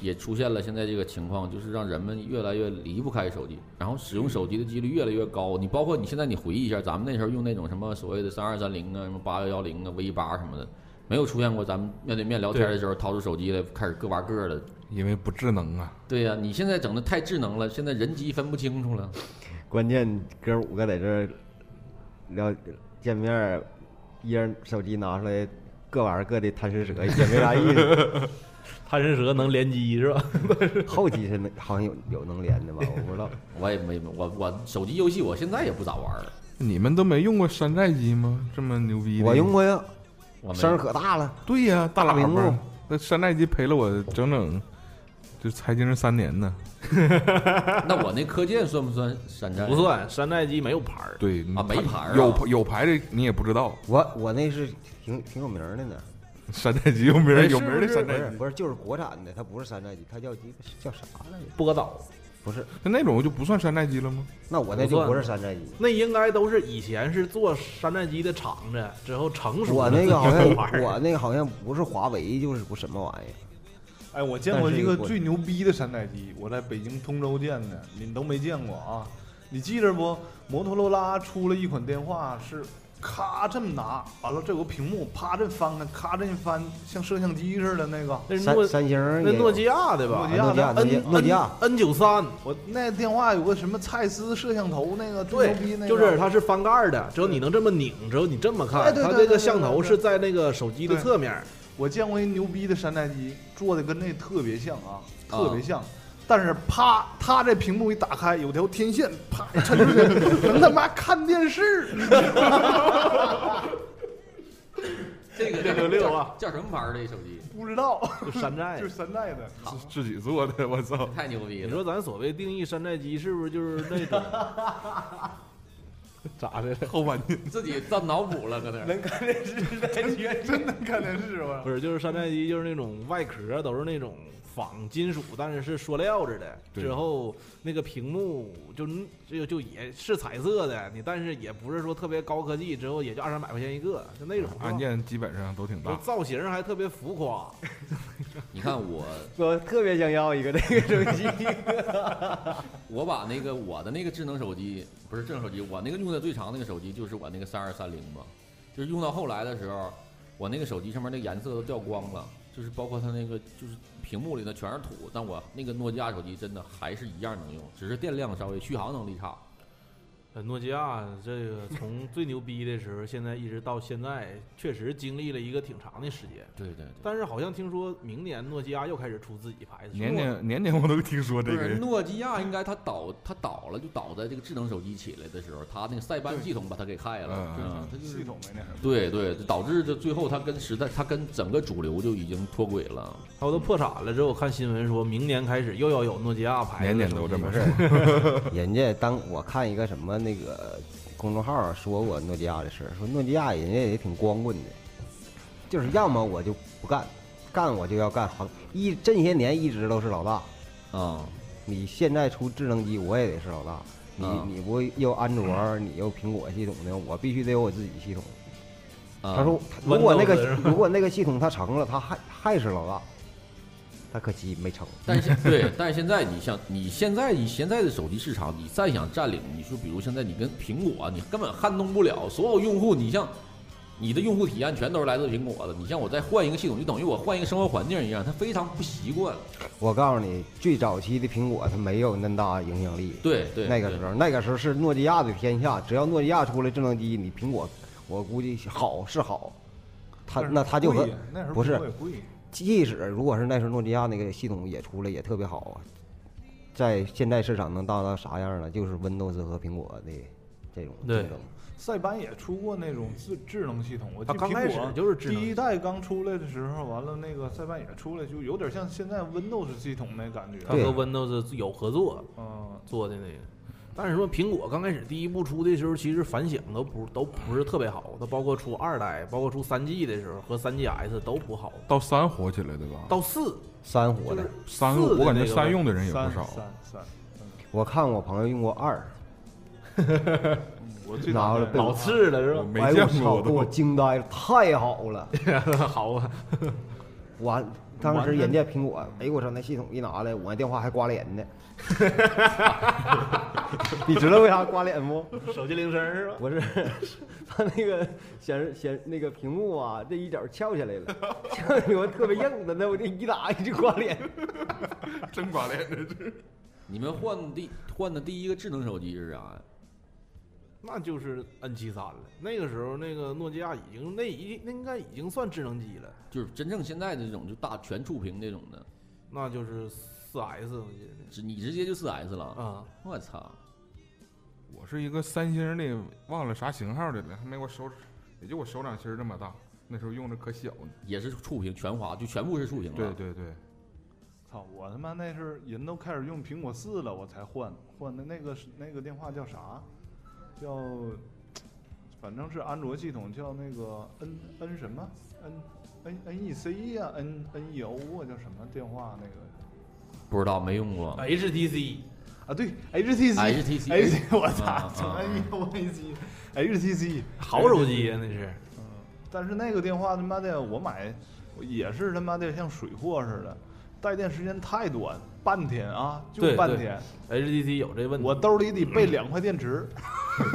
S1: 也出现了现在这个情况，就是让人们越来越离不开手机，然后使用手机的几率越来越高。你包括你现在你回忆一下，咱们那时候用那种什么所谓的三二三零啊、什么八幺幺零啊、V 八什么的，没有出现过咱们面对面聊天的时候掏出手机来开始各玩各的。
S2: 因为不智能啊。
S1: 对呀、你现在整的太智能了，现在人机分不清楚了。
S4: 关键哥五个在这儿聊见面儿，一人手机拿出来，各玩各的贪吃蛇，也没啥意思。
S5: 贪吃蛇能联机是吧？
S4: 后期是能好像有有能连的吧，我不知道。
S1: 我也没我我手机游戏我现在也不咋玩儿，
S2: 你们都没用过山寨机吗？这么牛逼的？
S4: 我用过呀，
S1: 我没
S4: 声儿可大了。
S2: 对呀、大
S4: 大
S2: 喇
S4: 屏幕
S2: 叭。那山寨机陪了我整整就财经三年呢。
S1: 那我那科剑算不算山寨？
S5: 不算，山寨机没有牌儿。
S2: 对嗯
S1: 啊没牌儿啊
S2: 有有牌的你也不知道，
S4: 我我那是挺挺有名儿的呢，
S2: 山寨机有名儿
S5: 哎
S2: 有名儿的
S5: 是
S2: 山
S4: 不
S2: 寨
S4: 是
S2: 机，
S4: 不是就是国产的，它不是山寨机，它叫鸡叫啥来着？
S5: 波导
S4: 不是，
S2: 那那种就不算山寨机了吗？
S4: 那我那就不是山寨机，
S5: 那应该都是以前是做山寨机的厂子，之后成熟
S4: 我
S5: 了
S4: 那个好像
S5: 自己做牌儿
S4: 我那个好像不是华为，就是不什么玩意儿。
S3: 哎，我见过一个最牛逼的山寨机，我在北京通州见的，你们都没见过啊！你记着不？摩托罗拉出了一款电话是。咔，这么拿，完了这有个屏幕，啪这翻开，咔这一翻，像摄像机似的那个。
S5: 那是
S4: 三
S5: 诺
S4: 三星儿
S5: 那
S4: 也有
S5: 诺基亚的吧
S3: 诺基
S4: 啊诺基亚，诺基亚
S5: N
S4: 诺基亚
S5: N 九三，
S3: 我那电话有个什么蔡司摄像头那个最
S5: 对
S3: 牛逼那个，，
S5: 就是它是翻盖儿的，只有你能这么拧，只有你这么看
S3: 哎。对
S5: 它
S3: 对
S5: 这
S3: 对
S5: 个
S3: 对
S5: 像头
S3: 对对
S5: 是在那个手机的
S3: 对
S5: 侧面儿，
S3: 我见过一牛逼的山寨机，做的跟那特别像啊，
S1: 啊
S3: 特别像。但是啪，他这屏幕一打开，有条天线，啪一抻出去， 能他妈看电视。
S1: 这个
S5: 六六六啊
S1: 叫什么牌儿的手机？
S3: 不知道，
S5: 就山寨
S3: 就。是山寨的，
S1: 好，
S2: 自己做的，我操！
S1: 太牛逼
S5: 你
S1: 了！
S5: 说咱所谓定义山寨机，是不是就是 那种咋的？
S2: 后半天
S1: 自己在脑补了，搁那儿。
S3: 能看电视，真能看电视吗？
S5: 不是，就是山寨机，就是那种外壳啊都是那种仿金属，但是是塑料制的。
S2: 对
S5: 之后那个屏幕就嗯就就也是彩色的，你但是也不是说特别高科技，之后也就二三百块钱一个，就那种
S2: 按。键基本上都挺
S5: 是吧
S2: 大
S5: 就。造型还特别浮夸，
S1: 你看我，
S4: 我特别想要一个这个手机，
S1: 我把那个我的那个智能手机，不是智能手机，我那个用的最长那个手机就是我那个三二三零嘛，就是用到后来的时候，我那个手机上面那个颜色都掉光了，就是包括它那个就是屏幕里的全是土，但我那个诺基亚手机真的还是一样能用，只是电量稍微续航能力差。
S5: 呃诺基亚这个从最牛逼的时候，现在一直到现在，确实经历了一个挺长的时间。
S1: 对对对。
S5: 但是好像听说明年诺基亚又开始出自己牌子，
S2: 年年年年我都听说这
S1: 不是
S2: 个，
S1: 诺基亚应该它倒它倒了，就倒在这个智能手机起来的时候，它那个塞班系统把它给害了，
S2: 嗯
S1: 啊，它就是
S3: 系统没那什么，
S1: 对对，导致这最后它跟时代，它跟整个主流就已经脱轨了。
S5: 它都破产了。之后我看新闻说明年开始又要有诺基亚牌子，
S2: 年年都这么。事儿。
S4: 人家当我看一个什么那个公众号儿说过诺基亚的事儿，说诺基亚人家也挺光棍的，就是要么我就不干，干我就要干好，一这些年一直都是老大。
S1: 啊、
S4: 你现在出智能机，我也得是老大。你
S5: 嗯
S1: 啊
S4: 你不又安卓，你又苹果系统的，我必须得有我自己系统。
S1: 啊
S4: 他说，如果那
S5: 嗯 Windows
S4: 个
S5: 是吧
S4: 如果那个系统它成了，他还还是老大，他可惜没成。
S1: 但是对， 但是现在你像你现在你现在的手机市场，你再想占领，你说比如现在你跟苹果，你根本撼动不了所有用户。你像你的用户体验全都是来自苹果的，你像我再换一个系统，就等于我换一个生活环境一样，他非常不习惯。
S4: 我告诉你，最早期的苹果它没有那么大影响力。
S1: 对对，
S4: 那个
S1: 对
S4: 时候，那个时候是诺基亚的天下，只要诺基亚出了智能机，你苹果，我估计好是好， 他那他就和
S3: 贵呀那时候
S4: 不是
S3: 苹果也贵，
S4: 即使如果是那时候诺基亚那个系统也出来也特别好啊，在现在市场能达到啥样呢？就是 Windows 和苹果的这种
S5: 对
S4: 竞争。
S3: 塞班也出过那种智智能系统，我记
S5: 它
S3: 得
S5: 刚开
S3: 苹果
S5: 始就是智能
S3: 第一代刚出来的时候，完了那个塞班也出来，就有点像现在 Windows 系统那感觉。
S5: 它
S4: 对
S5: 和 Windows 有合作
S3: 嗯，
S5: 做的那个。但是说苹果刚开始第一部出的时候，其实反响都不都不是特别好，它包括出二代，包括出三 G 的时候和三 GS 都不好。
S2: 到三火起来对吧？
S5: 到四
S4: 三火
S5: 就
S4: 的
S5: 是，
S2: 三
S5: 四
S2: 我
S5: 的
S2: 感
S5: 那
S2: 觉
S5: 个
S2: 三用的人也
S3: 三
S2: 不少。
S3: 三三，
S4: 我看我朋友用过二，
S3: 嗯我最
S4: 拿
S3: 讨
S4: 了
S3: 厌
S4: 被
S5: 老次了是
S2: 我
S5: 吧？
S2: 没
S4: 哎呦
S2: 见
S4: 我操
S2: 过，我
S4: 给我
S2: 都
S4: 惊呆了，太好 了！
S5: 好啊，
S4: 完，当
S3: 完
S4: 时
S3: 了
S4: 人家苹果，哎呦我操，那系统一拿来，我电话还刮脸 呢。你知道为啥刮脸不？
S5: 手机铃声是吧？
S4: 不是，它那个显示显那个屏幕啊，这一角翘起来了，翘起来我特别硬的，那我这一打一直刮脸。
S2: 真刮脸的，
S1: 你们换第换的第一个智能手机是啥呀？
S5: 那就是 N 7 3了。那个时候，那个诺基亚已经那一那应该已经算智能机了，
S1: 就是真正现在的这种就大全触屏那种的，
S5: 那就是四 S 我记得
S1: 直你直接就四 S 了。
S5: 啊，
S1: 我操！
S2: 我是一个三星的，忘了啥型号的了，没我手，也就我手掌心儿这么大。那时候用的可小呢。
S1: 也是触屏全滑，就全部是触屏了。
S2: 对对对，
S3: 操！我他妈那是人都开始用苹果四了，我才换换的那个是那个电话叫啥？叫，反正是安卓系统，叫那个 N N 什么 N N N E C 呀、n N E O 啊，叫什么电话那个？
S1: 不知道没用过。
S5: 哎，HTC
S3: 啊，对，HTC
S1: HTC
S3: H 我
S1: 啊
S3: 操，
S1: 啊
S3: 从
S1: 啊
S3: N E O N C HTC
S5: 好手机啊呀，那是。
S3: 嗯，但是那个电话他妈的，我买也是他妈的像水货似的，带电时间太短，半天啊，
S5: 对
S3: 就半
S5: 对
S3: 天，
S5: HTC 有这问题，
S3: 我兜里得备两块电池。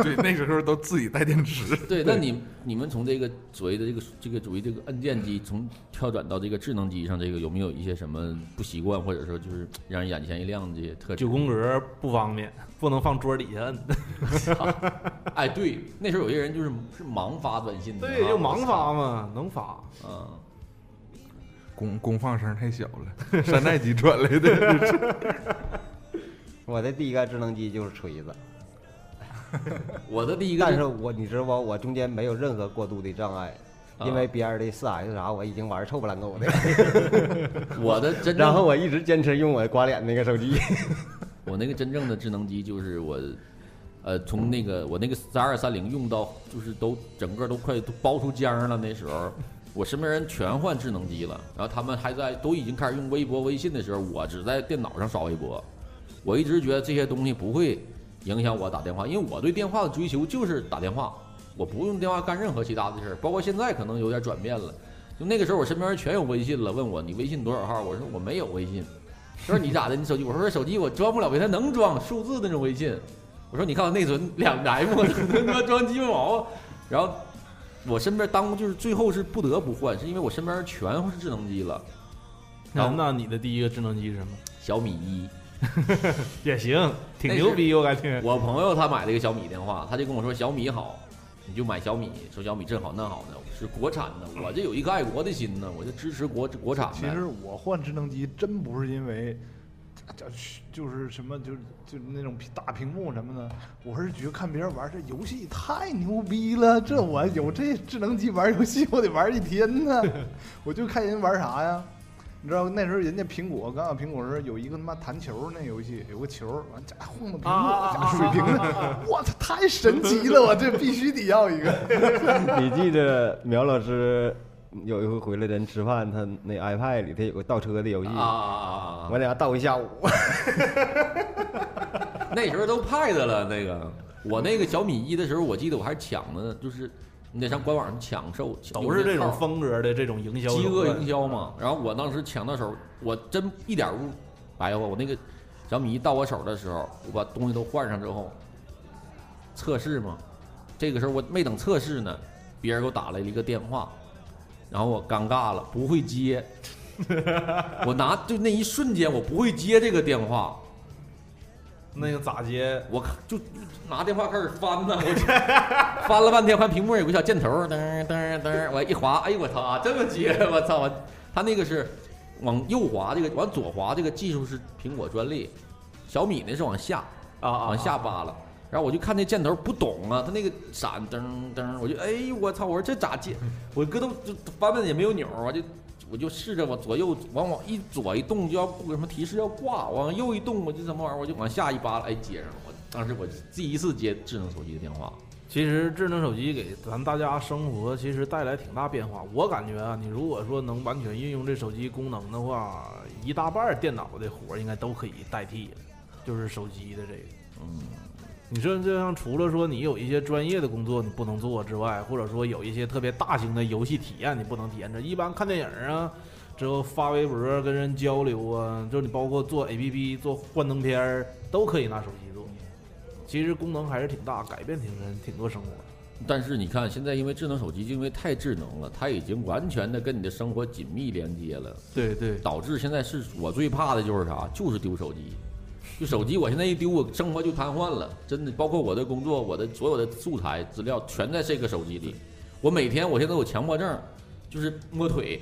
S2: 对，那时候都自己带电 池。
S1: 对，那你你们从这个所谓的这个这个所谓这个按键机，从跳转到这个智能机上，这个有没有一些什么不习惯，或者说就是让人眼前一亮的这些特质
S5: 九？宫格不方便，不能放桌底下摁。
S1: 哎，对，那时候有些人就是是盲发短信的啊，
S5: 对，就盲发嘛，能发。
S1: 嗯，
S2: 功功放声太小了，山寨机转来的。
S4: 我的第一个智能机就是锤子，
S1: 我的第一个
S4: 但是我你知道不？我中间没有任何过渡的障碍，
S2: 啊
S4: 因为别人的四 S 啥我已经玩臭不烂够的，
S1: 我的真正，
S4: 然后我一直坚持用我刮脸那个手 机。
S1: 我那个真正的智能机就是我，呃，从那个我那个三二三零用到就是都整个都快都包出浆儿了，那时候我身边人全换智能机了，然后他们还在都已经开始用微博、微信的时候，我只在电脑上刷微博。我一直觉得这些东西不会影响我打电话，因为我对电话的追求就是打电话，我不用电话干任何其他的事儿。包括现在可能有点转变了，就那个时候我身边人全有微信了，问我你微信多少号，我说我没有微信。他说你咋的？你手机？我说手机我装不了微信，它能装数字那种微信。我说你看我内存 两 M，能他妈装鸡巴毛？然后我身边当就是最后是不得不换，是因为我身边全是智能机了，
S5: 那那你的第一个智能机是什么？
S1: 小米一。
S5: 也行，挺
S1: 那
S5: 牛
S1: 是
S5: 逼，我感觉。
S1: 我朋友他买了一个小米电话，他就跟我说小米好，你就买小米，说小米真好那好呢，是国产的，我这有一个爱国的心呢，我就支持国国产
S3: 其
S1: 的
S3: 实。我换智能机真不是因为，这就是什么就是就那种大屏幕什么的，我是觉得看别人玩这游戏太牛逼了，这我有这智能机玩游戏，我得玩一天呢。我就看人玩啥呀？你知道那时候人家苹果刚有苹果的时候有一个他妈弹球那游戏，有个球完家晃的屏幕，家水平的，我操，太神奇了！我这必须得要一个。
S4: 你记得苗老师有一回回来咱吃饭，他那 iPad 里头有个倒车的游戏
S1: 啊，啊啊
S4: 我俩倒一下午。
S1: 啊！ 那时候都 Pad 了，那个我那个小米一的时候，我记得我还抢的呢，就是你得上官网上抢售，
S5: 都是
S1: 有
S5: 这
S1: 那
S5: 种
S1: 号
S5: 风格的这种营销手
S1: 饥
S5: 段，
S1: 饿营销嘛。然后我当时抢到手，我真一点不白话。我那个小米一到我手的时候，我把东西都换上之后，测试嘛。这个时候我没等测试呢，别人给我打来了一个电话，然后我尴尬了，不会接。 我拿就那一瞬间，我不会接这个电话，
S5: 那个咋接？
S1: 我看就就拿电话开始翻呢，我就翻了半天，看屏幕上有个小箭头，噔噔噔，我一滑，哎呦我操啊，这么接，我操我，他那个是往右滑，这个往左滑，这个技术是苹果专利，小米那是往下
S5: 啊啊
S1: 往下扒拉。然后我就看那箭头不懂啊，他那个闪噔噔，我就哎呦我操！我说这咋接？我搁都就翻翻也没有钮儿，我就我就试着往左右往往一左一动就要什么提示要挂，往右一动我就什么玩意儿，我就往下一扒拉，哎接上了。我当时我第一次接智能手机的电话，
S5: 其实智能手机给咱们大家生活其实带来挺大变化。我感觉啊，你如果说能完全运用这手机功能的话，一大半儿电脑的活儿应该都可以代替了，就是手机的这个。
S1: 嗯，
S5: 你说就像除了说你有一些专业的工作你不能做之外，或者说有一些特别大型的游戏体验你不能体验，这一般看电影啊，之后发微博跟人交流啊，就你包括做 APP 做幻灯片儿都可以拿手机做。其实功能还是挺大，改变挺深，挺多生活。
S1: 但是你看现在因为智能手机因为太智能了，它已经完全的跟你的生活紧密连接了。
S5: 对对，
S1: 导致现在是我最怕的就是啥，就是丢手机。就手机，我现在一丢，我生活就瘫痪了，真的。包括我的工作，我的所有的素材资料全在这个手机里。我每天，我现在有强迫症，就是摸腿，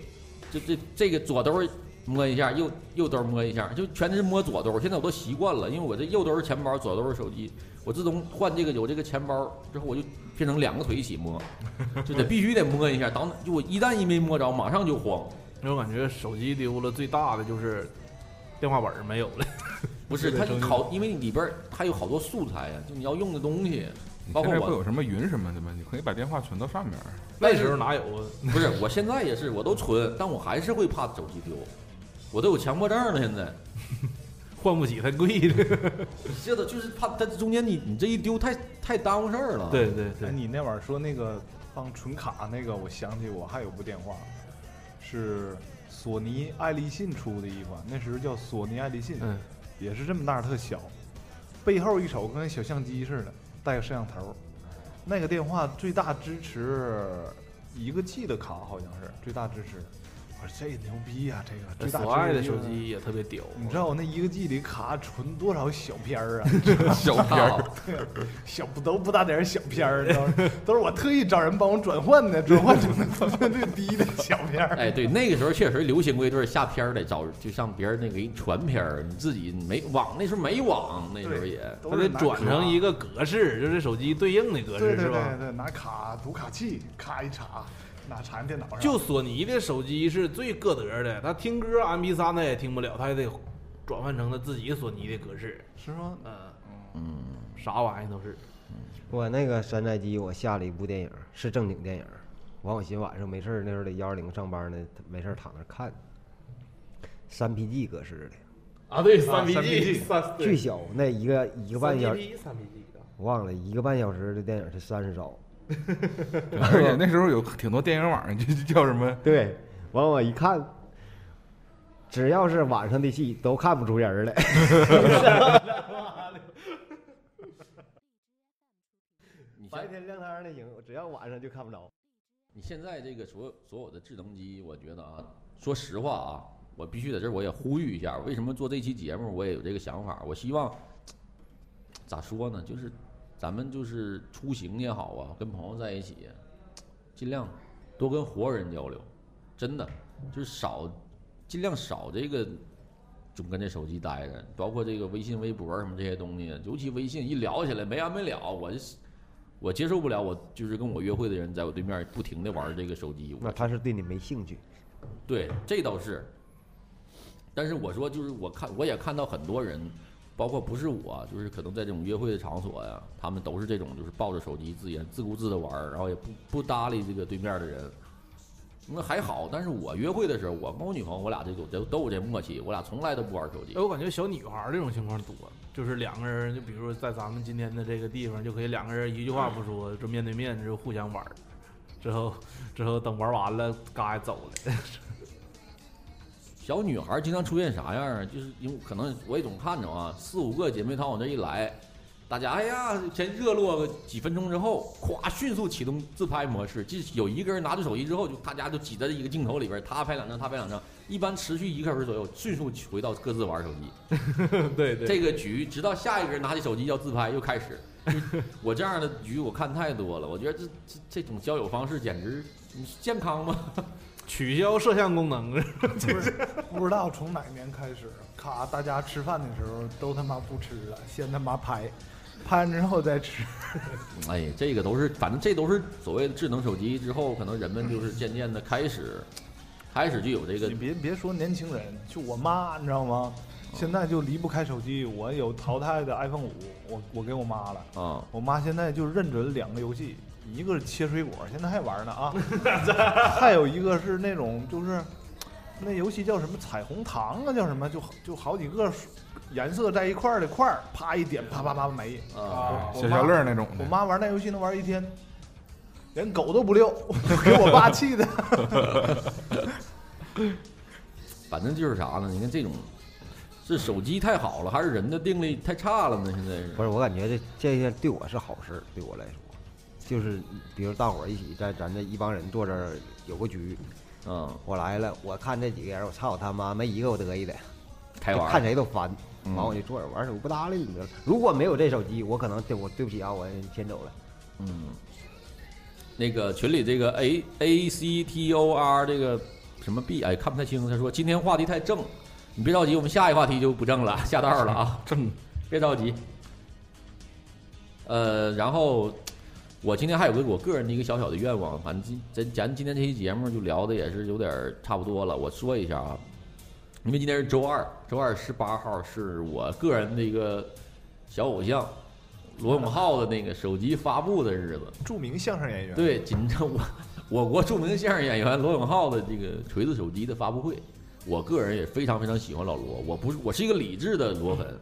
S1: 这这这个左兜摸一下，右右兜摸一下，就全是摸左兜。现在我都习惯了，因为我这右兜是钱包，左兜是手机。我自从换这个有这个钱包之后，我就变成两个腿一起摸，就得必须得摸一下。当就我一旦一没摸着，马上就慌。
S5: 因为我感觉手机丢了最大的就是电话本儿没有了。
S1: 不是，它好，因为里边儿它有好多素材啊，就你要用的东西。
S2: 你
S1: 包
S2: 现
S1: 括
S2: 在
S1: 我
S2: 会有什么云什么的吗？你可以把电话存到上面儿。
S5: 那时候哪有啊？
S1: 不是，我现在也是，我都存，但我还是会怕手机丢，我都有强迫症了。现在
S5: 换不起太贵了。
S1: 这都就是怕它中间你你这一丢太太耽误事儿了。，
S5: 对对
S3: 哎，
S5: 对，
S3: 你那会儿说那个放纯卡那个，我想起我还有部电话，是索尼爱立信出的一款，那时候叫索尼爱立信，
S5: 嗯，
S3: 也是这么大特小，背后一瞅跟小相机似的，带个摄像头。那个电话最大支持一个 G 的卡，好像是最大支持。我说这牛逼呀、这个最大支持
S5: 索爱
S3: 一
S5: 的
S3: 个
S5: 手。机也特别屌。啊
S3: 你知道我那一个 G 里卡存多少小片儿啊？
S2: 小片
S1: 靠
S2: 儿，
S3: 小不都不大点儿小片儿，都是都是我特意找人帮我转换的，转换成了咱 们最低的小片儿。
S1: 哎，对，那个时候确实流行过一段下片儿得找，就上别人那个给你传片儿，你自己没网，那时候没网，那时候
S3: 对
S1: 也
S5: 它
S3: 都
S5: 得
S3: 是拿
S5: 转
S3: 卡
S5: 成一个格式，就是手机对应的格
S3: 对
S5: 式
S3: 对
S5: 是
S3: 对
S5: 吧？
S3: 对，拿卡读卡器，咔一插，哪缠电脑上？
S5: 就索尼的手机是最个德的，他听歌 MP 3他也听不了，他也得转换成他自己索尼的格式。
S3: 是吗？
S5: 嗯，
S1: 嗯，
S5: 啥玩意都是。
S4: 我那个山寨机，我下了一部电影，是正经电影。完，我寻晚上没事儿，那时候在幺二零上班呢，没事儿躺那儿看，三 PG 格式的，
S5: 啊，对，
S3: 啊
S5: 三
S3: 3PG
S5: 三
S4: 巨小，那一个一
S5: 一
S4: 个半小时，
S5: 三 P G 的。
S4: 我忘了一个半小时的电影是三十兆。
S2: 而且那时候有挺多电影网，就就叫什么
S4: 对，完我一看，只要是晚上的戏都看不出人儿来。
S1: 你
S4: 白
S1: 现
S4: 天亮堂的行，只要晚上就看不着。
S1: 你现在这个所有所有的智能机，我觉得啊，说实话啊，我必须在这儿我也呼吁一下，为什么做这期节目，我也有这个想法，我希望咋说呢，就是咱们就是出行也好啊，跟朋友在一起，尽量多跟活人交流，真的就是少尽量少这个。总跟这手机待着，包括这个微信、微博什么这些东西，尤其微信一聊起来没完没了，我就我接受不了，我就是跟我约会的人在我对面不停的玩这个手机，
S4: 那
S1: 我
S4: 他是对你没兴趣，
S1: 对，这倒是。但是我说，就是我看，我也看到很多人，包括不是我，就是可能在这种约会的场所呀，他们都是这种，就是抱着手机自己自顾自的玩儿，然后也不不搭理这个对面的人。那还好，但是我约会的时候，我跟我女朋友，我俩这种都都有这默契，我俩从来都不玩手机
S5: 哎，。我感觉小女孩儿这种情况多，就是两个人，就比如说在咱们今天的这个地方，就可以两个人一句话不说，就面对面就互相玩儿，之后之后等玩完了，嘎走了。
S1: 小女孩经常出现啥样啊？就是因为可能我也总看着啊，四五个姐妹淘往这一来，大家哎呀，先热络个几分钟之后，咵迅速启动自拍模式，即有一个人拿着手机之后，就大家就挤在一个镜头里边，他拍两张，他拍两张，一般持续一个小时左右，迅速回到各自玩手机。
S5: 对对，
S1: 这个局直到下一个人拿起手机要自拍又开始。就我这样的局我看太多了，我觉得这这这种交友方式简直你健康吗？
S5: 取消摄像功能，
S3: 不是，不知道从哪年开始，咔，大家吃饭的时候都他妈不吃了，先他妈拍，拍完之后再吃。
S1: 哎呀，这个都是，反正这都是所谓的智能手机之后，可能人们就是渐渐的开始，开始就有这个
S3: 你，别别说年轻人，就我妈，你知道吗？现在就离不开手机。我有淘汰的 iPhone 五，我我给我妈了。
S1: 啊，
S3: 我妈现在就认准两个游戏，一个是切水果，现在还玩呢 啊，还有一个是那种就是那游戏叫什么彩虹糖啊，叫什么就就好几个颜色在一块儿的块儿，啪一点，啪啪啪没
S1: 啊
S3: 我
S2: 小小乐那种的
S3: 我妈玩那游戏能玩一天，连狗都不遛， 给我爸气的。
S1: 反正就是啥呢？你看这种，是手机太好了，还是人的定力太差了呢？现在是
S4: 不，是我感觉这这件对我是好事儿，对我来说，就是比如大伙儿一起在咱这一帮人坐这儿有个局，
S1: 嗯，
S4: 我来了，我看这几个人，我操他妈没一个我得意的，
S1: 开
S4: 就
S1: 玩
S4: 看
S1: 儿，
S4: 谁都烦，
S1: 嗯
S4: 完我就坐着玩手，我不搭理你们了。如果没有这手机，我可能对我对不起啊，我先走了。
S1: 嗯，那个群里这个 A A C T O R 这个什么 B，哎，看不太清。他说今天话题太正，你别着急，我们下一话题就不正了，下道了啊。
S2: 正
S1: 别着急。呃，然后我今天还有个我个人的一个小小的愿望，反正今咱咱今天这期节目就聊的也是有点儿差不多了，我说一下啊，因为今天是周二，周二十八号是我个人的一个小偶像罗永浩的那个手机发布的日子，
S3: 著名相声演员，
S1: 对，紧着我我国著名相声演员罗永浩的这个锤子手机的发布会，我个人也非常非常喜欢老罗，我不是我是一个理智的罗粉，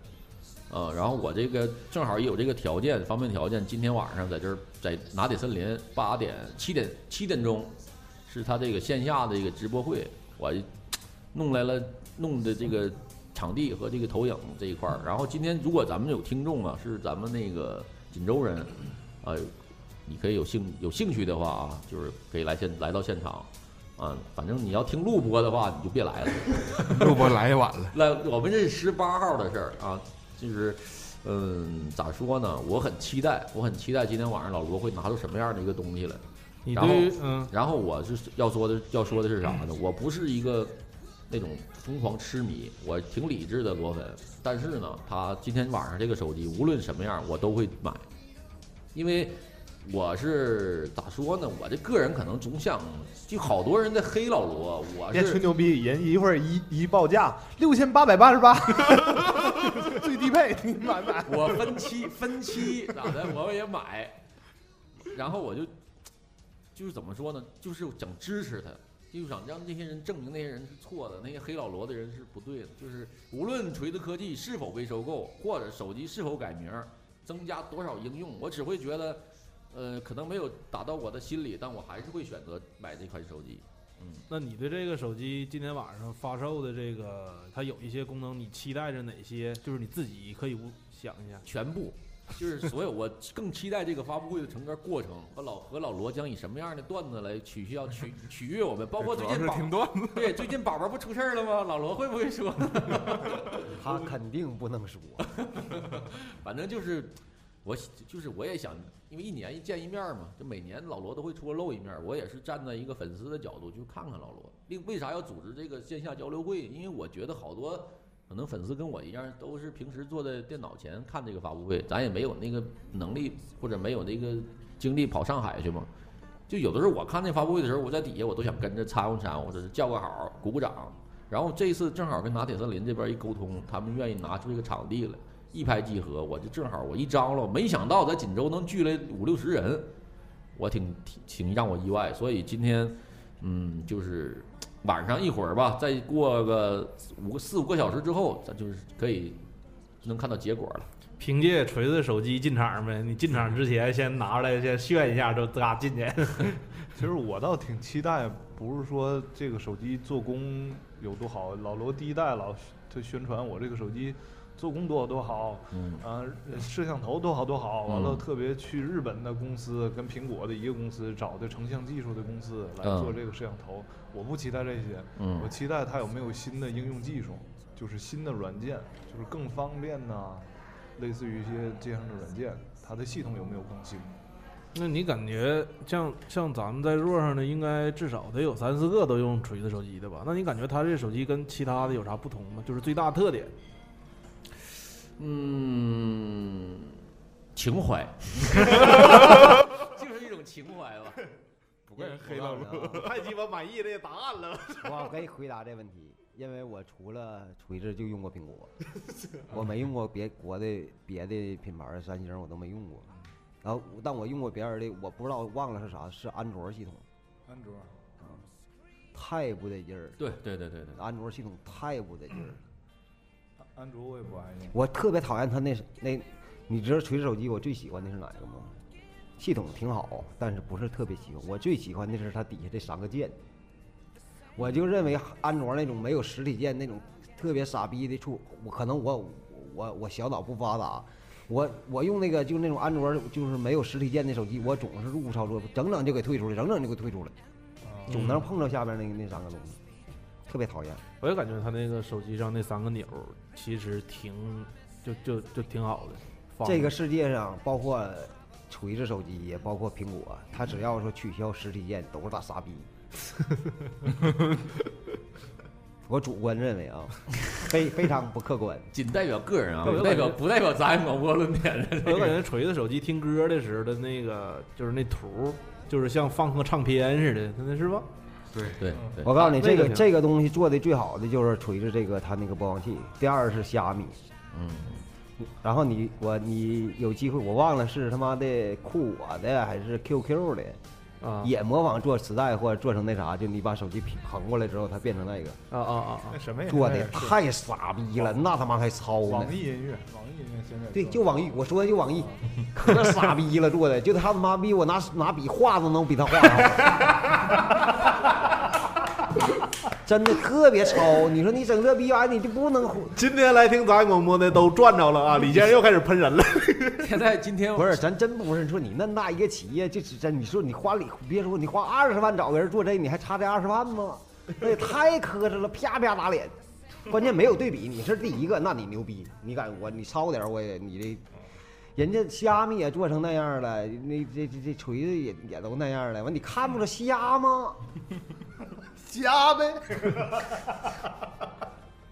S1: 呃，然后我这个正好也有这个条件方便条件，今天晚上在这儿在拿铁森林八点七点七点钟是他这个线下的一个直播会，我弄来了弄的这个场地和这个投影这一块儿，然后今天如果咱们有听众啊，是咱们那个锦州人，呃，你可以有兴有兴趣的话啊，就是可以来现来到现场，啊，反正你要听录播的话，你就别来了。
S2: 录播来也晚了，
S1: 那我们这是十八号的事儿啊，就是，嗯，咋说呢？我很期待，我很期待今天晚上老罗会拿出什么样的一个东西来。
S5: 你
S1: 然后
S5: 对于嗯
S1: 然后我就是要说的要说的是啥呢？我不是一个那种疯狂痴迷，我挺理智的罗粉。但是呢，他今天晚上这个手机无论什么样，我都会买，因为我是咋说呢？我这个人可能总想，就好多人在黑老罗，我
S3: 别吹
S1: 是
S3: 牛逼，人一会儿一一报价六千八百八十八， 最低配，你买不买？
S1: 我分期分期咋的，我也买，然后我就就是怎么说呢？就是想支持他，就想让那些人证明那些人是错的，那些黑老罗的人是不对的。就是无论锤子科技是否被收购，或者手机是否改名，增加多少应用，我只会觉得，呃，可能没有打到我的心里，但我还是会选择买这款手机。嗯。
S5: 那你对这个手机今天晚上发售的这个，它有一些功能，你期待着哪些？就是你自己可以无想一下。
S1: 全部， 就是所有。我更期待这个发布会的整个过程和老和老罗将以什么样的段子来取笑取取悦 我们，包括最近
S2: 主要是
S1: 宝
S2: 挺多的，
S1: 对最近宝宝不出事儿了吗？老罗会不会说？
S4: 他肯定不能说。
S1: 反正就是我就是我也想，因为一年一见一面嘛，就每年老罗都会出露一面，我也是站在一个粉丝的角度去看看老罗。另为啥要组织这个线下交流会？因为我觉得好多可能粉丝跟我一样，都是平时坐在电脑前看这个发布会，咱也没有那个能力或者没有那个精力跑上海去嘛。就有的时候我看那发布会的时候，我在底下我都想跟着掺和掺和，或者是叫个好、鼓鼓掌。然后这一次正好跟拿铁森林这边一沟通，他们愿意拿出这个场地来，一拍即合。我就正好我一张罗，没想到在锦州能聚来五六十人，我挺挺挺让我意外。所以今天，嗯，就是晚上一会儿吧，再过个五个四五个小时之后，咱就是可以能看到结果了。
S5: 凭借锤子手机进场呗，你进场之前先拿出来，先炫一下，就嘎进去。
S3: 其实我倒挺期待，不是说这个手机做工有多好，老罗第一代老就宣传我这个手机做工多好多好，
S1: 嗯，
S3: 啊，摄像头多好多好，完了
S1: 嗯
S3: 特别去日本的公司跟苹果的一个公司找的成像技术的公司来
S1: 嗯
S3: 做这个摄像头，我不期待这些，
S1: 嗯
S3: 我期待它有没有新的应用技术，就是新的软件，就是更方便呐、类似于一些这样的软件，它的系统有没有更新？
S5: 那你感觉像像咱们在座上的，应该至少得有三四个都用锤子手机的吧？那你感觉它这手机跟其他的有啥不同吗？就是最大特点，
S1: 嗯，情怀， 就是一种情怀吧。
S2: 不怪人黑了
S4: 我告诉你啊
S5: 太鸡巴满意这个答案了。
S4: 我可以回答这问题，因为我除了锤子就用过苹果，我没用过别国的别的品牌的三星，我都没用过。然后，但我用过别人的，我不知道忘了是啥，是安卓系统，
S3: 安卓，
S4: 太不得劲儿了。
S1: 对对对对对。
S4: 安卓系统太不得劲儿了，
S3: 安卓我也不爱用。
S4: 我特别讨厌它那那，你知道锤子手机我最喜欢的是哪个吗？系统挺好，但是不是特别喜欢。我最喜欢的是它底下这三个键，我就认为安卓那种没有实体键那种特别傻逼的处，我可能我我我小脑不发达，我我用那个就那种安卓就是没有实体键的手机，我总是误操作，整整就给退出来，整整就给退出来，总能碰到下边那个那三个东西，特别讨厌。
S5: 我也感觉它那个手机上那三个钮儿其实挺就就就挺好的。方
S4: 这
S5: 便
S4: 个世界上，包括锤子手机，也包括苹果，它只要说取消实体店，都是大傻逼。我主观认为啊，非非常不客观。
S1: 仅代表个人啊，
S5: 对
S1: 不代表不代表咱广播论点的。
S5: 我感觉锤子手机听歌的时候的那个就是那图，就是像放个唱片似的，那是吧？
S2: 对，
S1: 对对，
S4: 我告诉你，
S5: 那
S4: 这
S5: 个
S4: 个
S5: 行
S4: 这个东西做的最好的就是锤子这个它那个播放器，第二是虾米，
S1: 嗯，
S4: 然后你我你有机会，我忘了是他妈的酷我的还是 QQ 的，
S5: 啊
S4: 也模仿做磁带或者做成那啥，就你把手机平横过来之后，它变成那个，
S5: 啊啊啊啊！
S3: 那什么也
S4: 做的
S3: 现在是哦
S4: 太傻逼了，那他妈还抄呢
S3: 网。易音乐，网易音乐现在
S4: 对，
S3: 做
S4: 就网易，我说的就 网易，可傻逼了做的，就他妈逼我拿拿笔画都能比他画 的好，真的特别糙。你说你整这逼玩意儿，你就不能混
S5: 今天来听杂音广播的都赚着了啊！李先生又开始喷人了。
S1: 现在今天
S4: 不是，咱真不是。你说你那么大一个企业，就是真，你说你花里，别说你花二十万找个人做这，你还差这二十万吗？那也太磕碜了，啪啪打脸。关键没有对比，你是第一个，那你牛逼，你敢我你超点儿我也你这，人家虾米也做成那样了，那这这这锤子也也都那样了，完你看不着瞎吗？
S3: 瞎呗。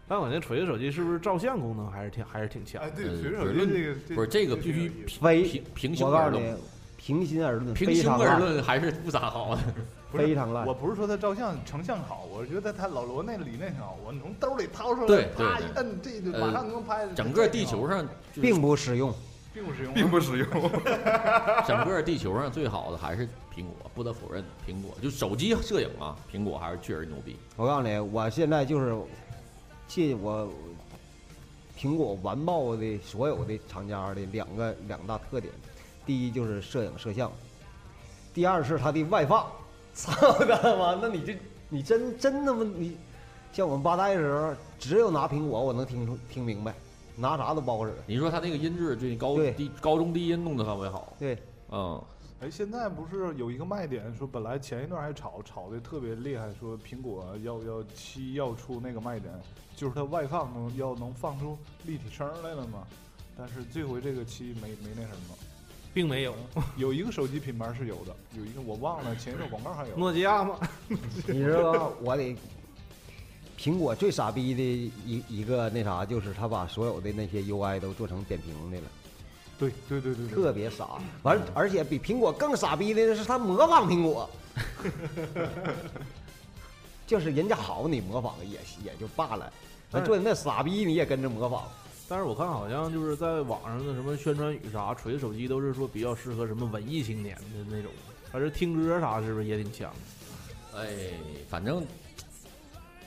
S5: 但我感觉锤子手机是不是照相功能还是挺还是挺强
S3: 哎，
S5: 的？
S3: 对，
S1: 呃
S3: 随手
S1: 不是
S3: 这个
S1: 不是这个必须
S4: 非
S1: 平平行
S4: 我告
S1: 而
S4: 诉
S1: 论
S4: 你，平心而论，
S1: 平
S4: 非
S1: 心
S4: 常
S1: 而
S4: 烂，
S1: 论还是不咋好的。
S3: 不是
S4: 非常烂
S3: 我。不是说他照相成像好，我是觉得他老罗那个理念挺好。我从兜里掏出来
S1: 对，对
S3: 啪
S1: 对
S3: 一摁，这就
S1: 呃
S3: 马上就能拍。
S1: 整个地球上，就是
S4: 并不实用，
S3: 并不实用啊，
S2: 并不实用。
S1: 整个地球上最好的还是苹果，不得否认，苹果就手机摄影啊，苹果还是确实牛逼。
S4: 我告诉你，我现在就是借我苹果完爆的所有的厂家的两个两大特点，第一就是摄影摄像，第二是它的外放。 操他妈！那你这你真真他妈你，像我们八代的时候，只有拿苹果我能听出听明白，拿啥都不好使。
S1: 你说他那个音质，最高
S4: 对
S1: 低高中低音弄得范围好，
S4: 对，
S1: 嗯，
S3: 哎，现在不是有一个卖点，说本来前一段还吵吵的特别厉害，说苹果要要七要出那个卖点，就是它外放能要能放出立体声来了嘛。但是这回这个七没没那什么，
S5: 并没有。
S3: 有一个手机品牌是有的，有一个我忘了，前一段广告还有。
S5: 诺基亚吗？
S4: 你知道吗？我得，苹果最傻逼的一一个那啥，就是他把所有的那些 UI 都做成扁平的了。
S3: 对对对对对，
S4: 特别傻。完，而且比苹果更傻逼的是，他模仿苹果， 就是人家好你模仿也也就罢了，那
S5: 但是
S4: 做你那傻逼你也跟着模仿。
S5: 但是我看好像就是在网上的什么宣传语啥，锤手机都是说比较适合什么文艺青年的那种，反正听歌啥是不是也挺强？
S1: 哎，反正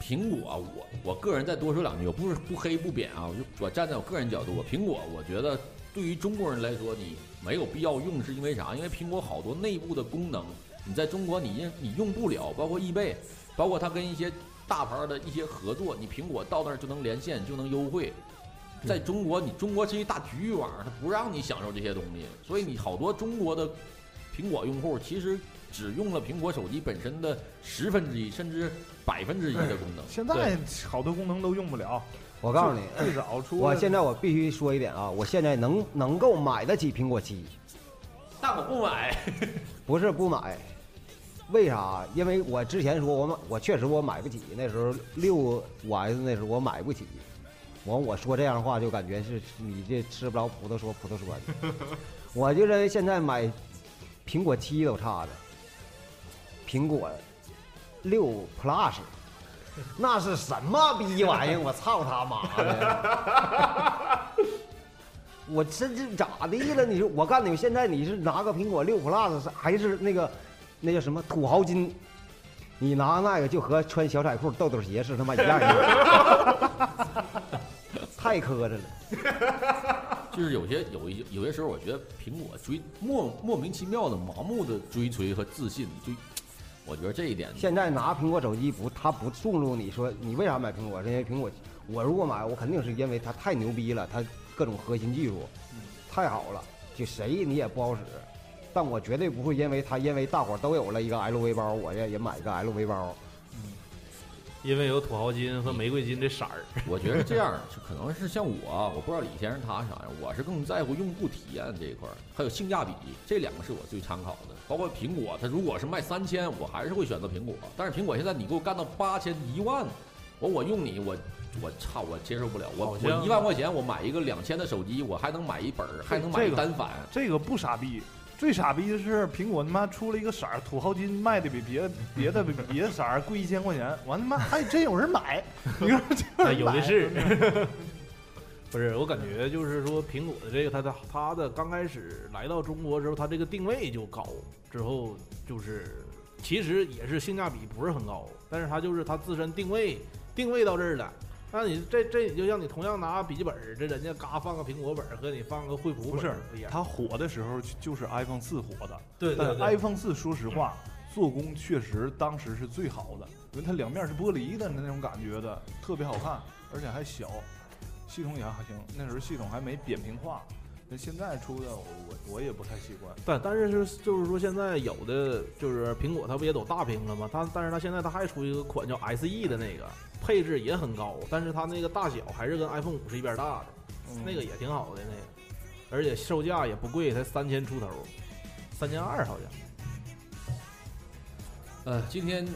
S1: 苹果啊、我我个人再多说两句，我不是不黑不贬啊，我就我站在我个人角度，我苹果我觉得对于中国人来说，你没有必要用，是因为啥？因为苹果好多内部的功能，你在中国你用你用不了，包括易贝，包括它跟一些大牌儿的一些合作，你苹果到那儿就能连线，就能优惠。
S3: 嗯
S1: 在中国，你中国是一大局域网，它不让你享受这些东西，所以你好多中国的苹果用户其实只用了苹果手机本身的十分之一甚至百分之一的功能。
S3: 现在好多功能都用不了。
S4: 我告诉你，
S3: 最早出
S4: 我
S3: 的
S4: 现在我必须说一点啊，我现在能能够买得起苹果七，
S1: 但我不买，
S4: 不是不买。为啥？因为我之前说我买，我确实我买不起。那时候六五 S 那时候我买不起，完我说这样的话就感觉是你这吃不着葡萄说葡萄酸。我就认为现在买苹果七都差了，苹果六 Plus 那是什么逼玩意儿？我操他妈的！我这这咋的了？你说我告诉你，现在你是拿个苹果六 Plus 是还是那个那叫什么土豪金？你拿那个就和穿小彩裤、豆豆鞋是他妈一样的， 太磕碜了。
S1: 就是有些有一有些时候，我觉得苹果追莫莫名其妙的盲目的追随和自信，就我觉得这一点
S4: 现在拿苹果手机不，他不注重你说你为啥买苹果？是因为苹果，我如果买，我肯定是因为它太牛逼了，它各种核心技术太好了，就谁你也不好使。但我绝对不会因为它，因为大伙儿都有了一个 LV 包，我也也买个 LV 包。
S5: 因为有土豪金和玫瑰金这色儿，
S1: 我觉得这样就可能是像我，我不知道李先生他啥样，我是更在乎用户体验这一块儿，还有性价比，这两个是我最参考的。包括苹果，它如果是卖三千，我还是会选择苹果。但是苹果现在你给我干到八千、一万，我我用你，我我操，我接受不了。我
S5: 好像
S1: 我一万块钱，我买一个两千的手机，我还能买一本儿，还能买
S3: 这
S1: 一
S3: 个
S1: 单反。
S3: 这个不傻逼，最傻逼的是苹果他妈出了一个色儿，土豪金卖的 比别别的比别的色儿贵一千块钱，完他妈还真有人买，你说这
S5: 呃有的是。不是，我感觉就是说，苹果的这个它的它的刚开始来到中国之后，它这个定位就高，之后就是其实也是性价比不是很高，但是它就是它自身定位定位到这儿了。那你这这你就像你同样拿笔记本儿，这人家嘎放个苹果本儿和你放个惠普
S3: 不
S5: 本
S3: 是
S5: 儿不一样。
S3: 它火的时候就就是 iPhone 四火的，
S5: 对对
S3: 但
S5: 对，
S3: iPhone 四说实话做工确实当时是最好的，因为它两面是玻璃的那种感觉的，特别好看，而且还小，系统也还行，那时候系统还没扁平化。那现在出的我我我也不太习惯，
S5: 但但是就是就是说，现在有的就是苹果，它不也走大屏了吗？它但是它现在它还出一个款叫 SE 的那个，配置也很高，但是它那个大小还是跟 iPhone 五是一边大的，
S3: 嗯
S5: 那个也挺好的那个，而且售价也不贵，才三千出头，三千二好像。
S1: 呃，今天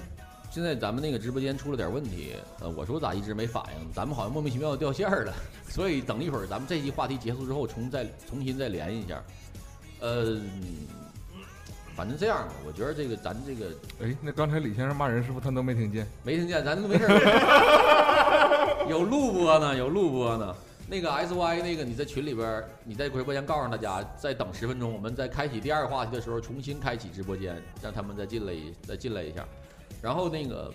S1: 现在咱们那个直播间出了点问题，呃，我说咋一直没反应，咱们好像莫名其妙地掉线儿了， 所以等一会儿咱们这期话题结束之后，重再重新再连一下。呃，反正这样吧，我觉得这个咱这个
S2: 哎，那刚才李先生骂人是不是他都没听见？
S1: 没听见，咱都没事儿有录播呢，有录播呢。那个 S Y 那个，你在群里边儿，你在直播间告诉大家，再等十分钟，我们在开启第二话题的时候重新开启直播间，让他们再进来一再进来一下。然后那个，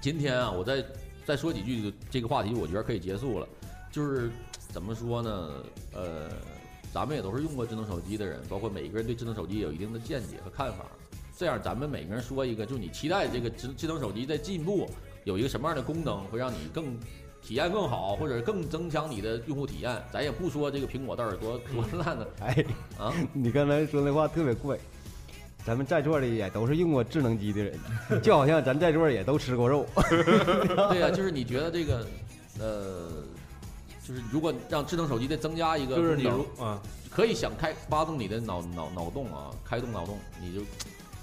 S1: 今天啊，我再再说几句这个话题，我觉得可以结束了。就是怎么说呢？呃，咱们也都是用过智能手机的人，包括每个人对智能手机有一定的见解和看法。这样，咱们每个人说一个，就你期待这个智智能手机在进步有一个什么样的功能，会让你更体验更好，或者更增强你的用户体验。咱也不说这个苹果到底多多烂 的
S4: 哎，
S1: 啊，
S4: 你刚才说那话特别怪。咱们在座的也都是用过智能机的人，就好像咱在座也都吃过肉。
S1: 对呀、就是你觉得这个，呃，就是如果让智能手机再增加一个功
S5: 就
S1: 能，
S5: 是你如啊，
S1: 可以想开发动你的脑脑脑洞啊，开动脑洞，你就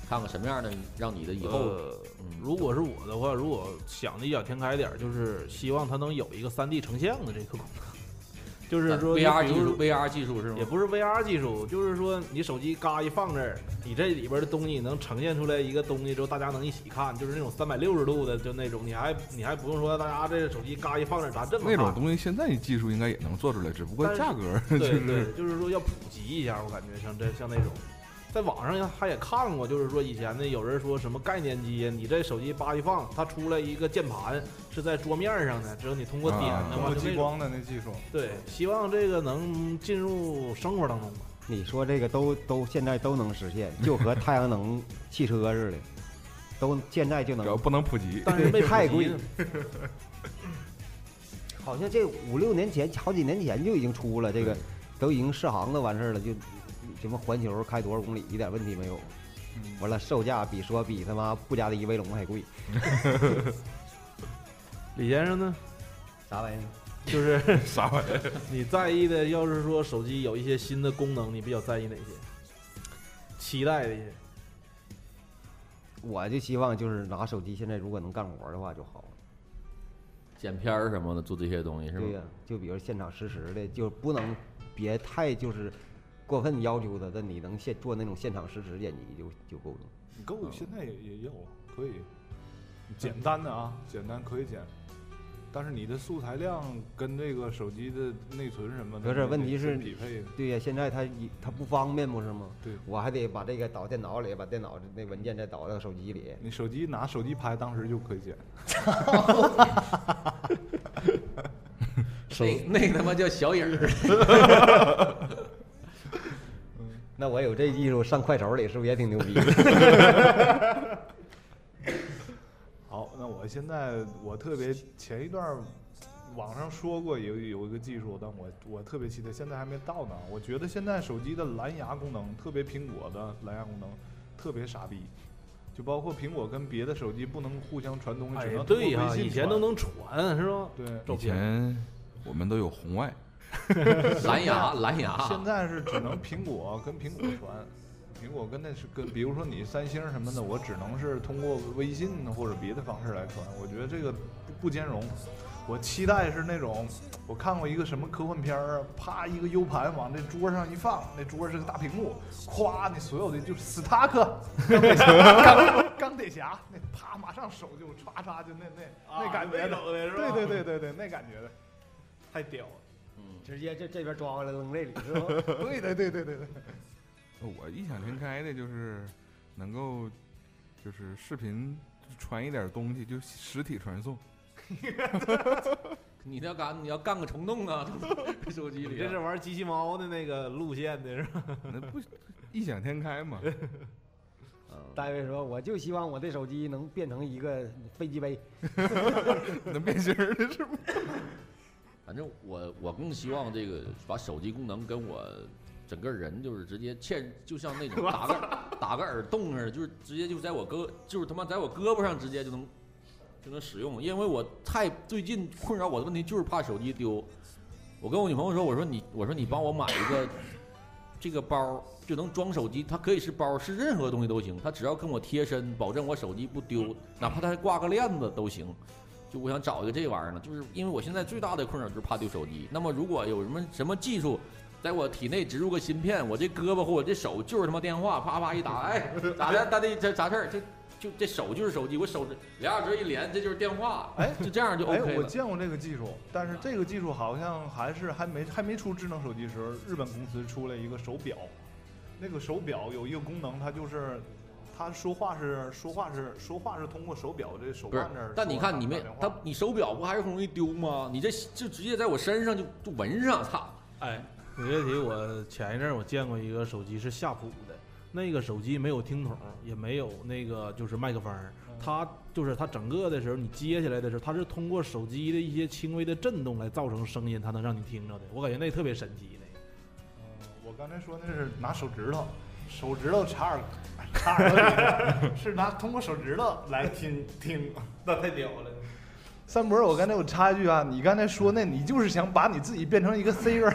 S1: 看看什么样的让你的以后，
S5: 呃
S1: 嗯
S5: 如果是我的话，如果想的异想天开一点儿，就是希望它能有一个三 D 成像的这个功能， 就是说
S1: VR
S5: 你
S1: 技
S5: 比如
S1: 术，VR 技术是吗？
S5: 也不是 VR 技术，就是说你手机嘎一放这儿，你这里边的东西能呈现出来一个东西之后，大家能一起看，就是那种三百六十度的，就那种，你还你还不用说大家这手机嘎一放这儿，咱这么
S2: 那种
S5: 看
S2: 东西现在技术应该也能做出来，只不过
S5: 但是
S2: 价格儿 就
S5: 对
S2: 是
S5: 对，就是说要普及一下，我感觉像这像那种，在网上他也看过，就是说以前呢有人说什么概念机，你这手机叭一放，它出来一个键盘是在桌面上的，只有你通过点的
S3: 通过
S5: 话就那
S3: 激
S5: 种。
S3: 光的那技术，
S5: 对，希望这个能进入生活当中吧。
S4: 你说这个都都现在都能实现，就和太阳能汽车似的，都现在就
S2: 只要
S4: 能。
S2: 不能普及，
S5: 但是没
S4: 太
S5: 普及
S4: 贵好像这五六年前、好几年前就已经出了这个，都已经试航的完事儿了，就什么环球开多少公里一点问题没有。
S3: 嗯，
S4: 完了，售价比说比他妈布加迪威龙还贵，
S5: 李先生呢，
S4: 啥玩意儿？
S5: 就是
S2: 啥玩意儿？
S5: 你在意的，要是说手机有一些新的功能，你比较在意哪些？期待的一些，
S4: 我就希望就是拿手机，现在如果能干活的话就好了。
S1: 剪片儿什么的，做这些东西是吗？
S4: 对呀、就比如现场实时的，就不能别太就是过分要求它，但你能现做那种现场实时剪辑就就够了。
S3: 你购物现在也也有，可以，简单的啊，简单可以剪，但是你的素材量跟这个手机的内存什么的，
S4: 不是
S3: 你得
S4: 问题是
S3: 匹配的，
S4: 对呀、现在它一它不方便不是吗？
S3: 对
S4: 我还得把这个导电脑里，把电脑那文件再导到手机里。
S3: 你手机拿手机拍，当时就可以剪。
S1: 那那他妈叫小影 儿。
S4: 那我有这技术，上快手里是不是也挺牛逼？
S3: 好，那我现在我特别前一段儿网上说过有有一个技术，但我我特别期待，现在还没到呢。我觉得现在手机的蓝牙功能，特别苹果的蓝牙功能特别傻逼，就包括苹果跟别的手机不能互相传东西，只能通过
S5: 哎对呀、
S3: 微信
S5: 以前
S3: 传
S5: 都能传是吧？
S3: 对。
S5: 照
S2: 以
S5: 片
S2: 前我们都有红外，
S1: 蓝牙，蓝牙，
S3: 现在是只能苹果跟苹果传，苹果跟那是跟，比如说你三星什么的，我只能是通过微信或者别的方式来传。我觉得这个不不兼容。我期待是那种，我看过一个什么科幻片儿，啪一个 U 盘往这桌上一放，那桌是个大屏幕，咵，你所有的就是斯塔克、钢铁侠、钢钢铁侠，那啪马上手就唰唰就那那那感觉的，
S5: 的是
S3: 对对对对对，那感觉的，
S5: 太屌了。
S1: 嗯
S4: 直接这这边抓过来扔这里是吧？
S3: 对对对对对对。
S2: 我异想天开的就是能够就是视频传一点东西，就实体传送。
S1: 你要干，你要干个虫洞啊， 手机
S5: 你
S1: 里。啊
S5: 这是玩机器猫的那个路线的是吧？
S2: 那不异想天开嘛？
S1: 嗯，
S4: 大卫说：“我就希望我的手机能变成一个飞机杯。
S2: 能变形儿的是吗？
S1: 反正我我更希望这个把手机功能跟我整个人就是直接嵌，就像那种打个打个耳洞似的，就是直接就在我胳，就是他妈在我胳膊上直接就能就能使用。因为我太最近困扰我的问题就是怕手机丢。我跟我女朋友说，我说你我说你帮我买一个这个包就能装手机，它可以是包，是任何东西都行，它只要跟我贴身，保证我手机不丢，哪怕它还挂个链子都行。就我想找一个这玩意儿呢，就是因为我现在最大的困扰就是怕丢手机。那么如果有什么什么技术在我体内植入个芯片，我这胳膊或我这手就是他妈电话，啪啪一打，哎，咋的？咋的？这咋事儿？这就这手就是手机，我手指两小指一连，这就是电话，
S3: 哎
S1: 就这样就
S3: 哎，
S1: OK
S3: 我
S1: 了。
S3: 见过这个技术，但是这个技术好像还是还没还没出智能手机时，候，日本公司出了一个手表，那个手表有一个功能，它就是。它说话是说话是说话是通过手表这手
S1: 不是
S3: 腕这儿说话打
S1: 但你
S3: 电话，，
S1: 看你没他，你手表不还是容易丢吗？你这就直接在我身上就就纹上，操！
S5: 哎，你这题我前一阵儿我见过一个手机是夏普的，那个手机没有听筒，也没有那个就是麦克风儿，它就是它整个的时候你接起来的时候，它是通过手机的一些轻微的震动来造成声音，它能让你听着的。我感觉那特别神奇那个。
S3: 嗯我刚才说那是拿手指头，手指头插耳插耳朵里， 是拿通过手指头来听听。
S5: 那太屌了！
S3: 三博，我刚才我插一句啊，你刚才说那，你就是想把你自己变成一个 Siri，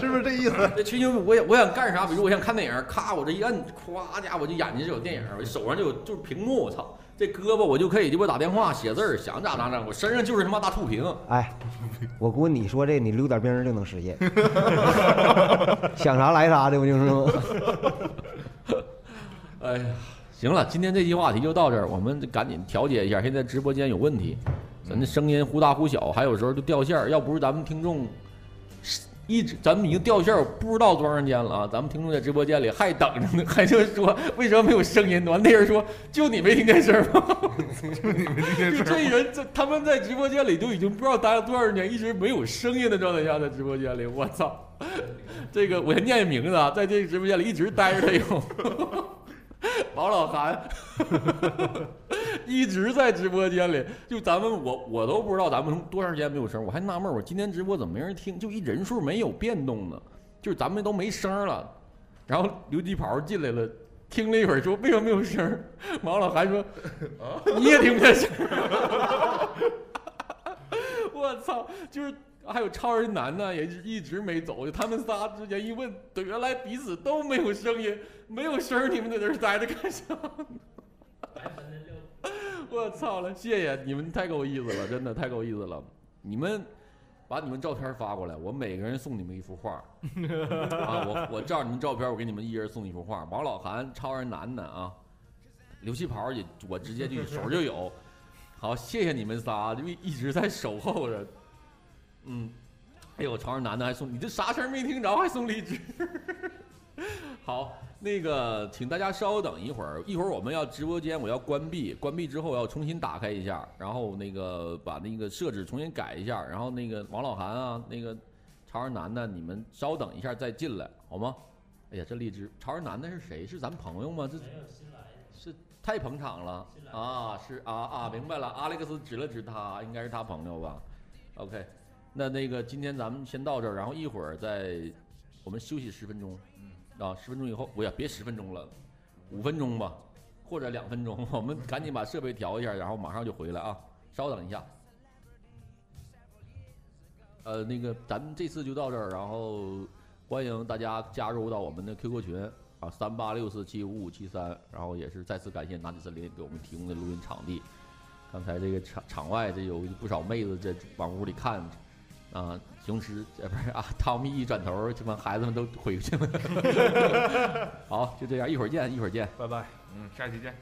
S3: 是 不是这意思？
S1: 这群星，我也我想干啥？比如我想看电影，咔，我这一摁，咵家伙，我就眼睛就有电影，我手上就有就是屏幕，我操！这胳膊我就可以鸡巴打电话、写字儿，想咋咋咋，我身上就是他妈大触屏。
S4: 哎，我估计你说这你溜点冰儿就能实现， 想啥来啥的不就是吗？
S1: 哎呀，行了，今天这期话题就到这儿，我们赶紧调节一下。现在直播间有问题，咱这声音忽大忽小，还有时候就掉线儿。要不是咱们听众一直，咱们已经掉线儿不知道多长时间了啊！咱们听众在直播间里还等着呢，还就说为什么没有声音？完那人说就你没听见声儿吗？就这人，这他们在直播间里都已经不知道待了多少年，一直没有声音的状态下，在直播间里，我操！这个我先念名字啊，在这个直播间里一直待着的有 王老韩，一直在直播间里。就咱们我我都不知道咱们多长时间没有声儿，我还纳闷儿我今天直播怎么没人听，就一人数没有变动呢，就是咱们都没声儿了。然后刘鸡刨进来了。听了一会儿，说为什么没有声儿？王老韩 说：“啊你也听不见声儿。”我操，就是还有超人男呢，也是一直没走。就他们仨之间一问，对，原来彼此都没有声音，没有声儿，你们在这儿待着干啥呢？我操了，谢谢你们，太够意思了，真的太够意思了。你们把你们照片发过来，我每个人送你们一幅画儿。啊，我我照你们照片，我给你们一人送一幅画儿。王老韩、超人男的啊，刘气袍也，我直接就手就有。好，谢谢你们仨，就一一直在守候着。嗯，哎呦，朝阳男的还送你这啥声儿没听着，还送荔枝。 好，那个，请大家稍等一会儿，一会儿我们要直播间，我要关闭，关闭之后要重新打开一下，然后那个把那个设置重新改一下，然后那个王老韩啊，那个朝阳男的，你们稍等一下再进来好吗？哎呀，这荔枝，朝阳男的是谁？是咱朋友吗？这是太捧场了啊！是啊啊，明白了。阿历克斯指了指他，应该是他朋友吧？OK，那那个今天咱们先到这儿，然后一会儿再我们休息十分钟，啊，十分钟以后，不要别十分钟了，五分钟吧，或者两分钟，我们赶紧把设备调一下，然后马上就回来啊！稍等一下。呃，那个，咱们这次就到这儿，然后欢迎大家加入到我们的 QQ 群啊，三八六四七五五七三。然后也是再次感谢南体森林给我们提供的录音场地。刚才这个场场外这有不少妹子在往屋里看，啊，雄狮呃不是啊，汤米一转头，这帮孩子们都回去了。好，就这样，一会儿见，一会儿见。
S5: 拜拜。
S2: 嗯，下期见。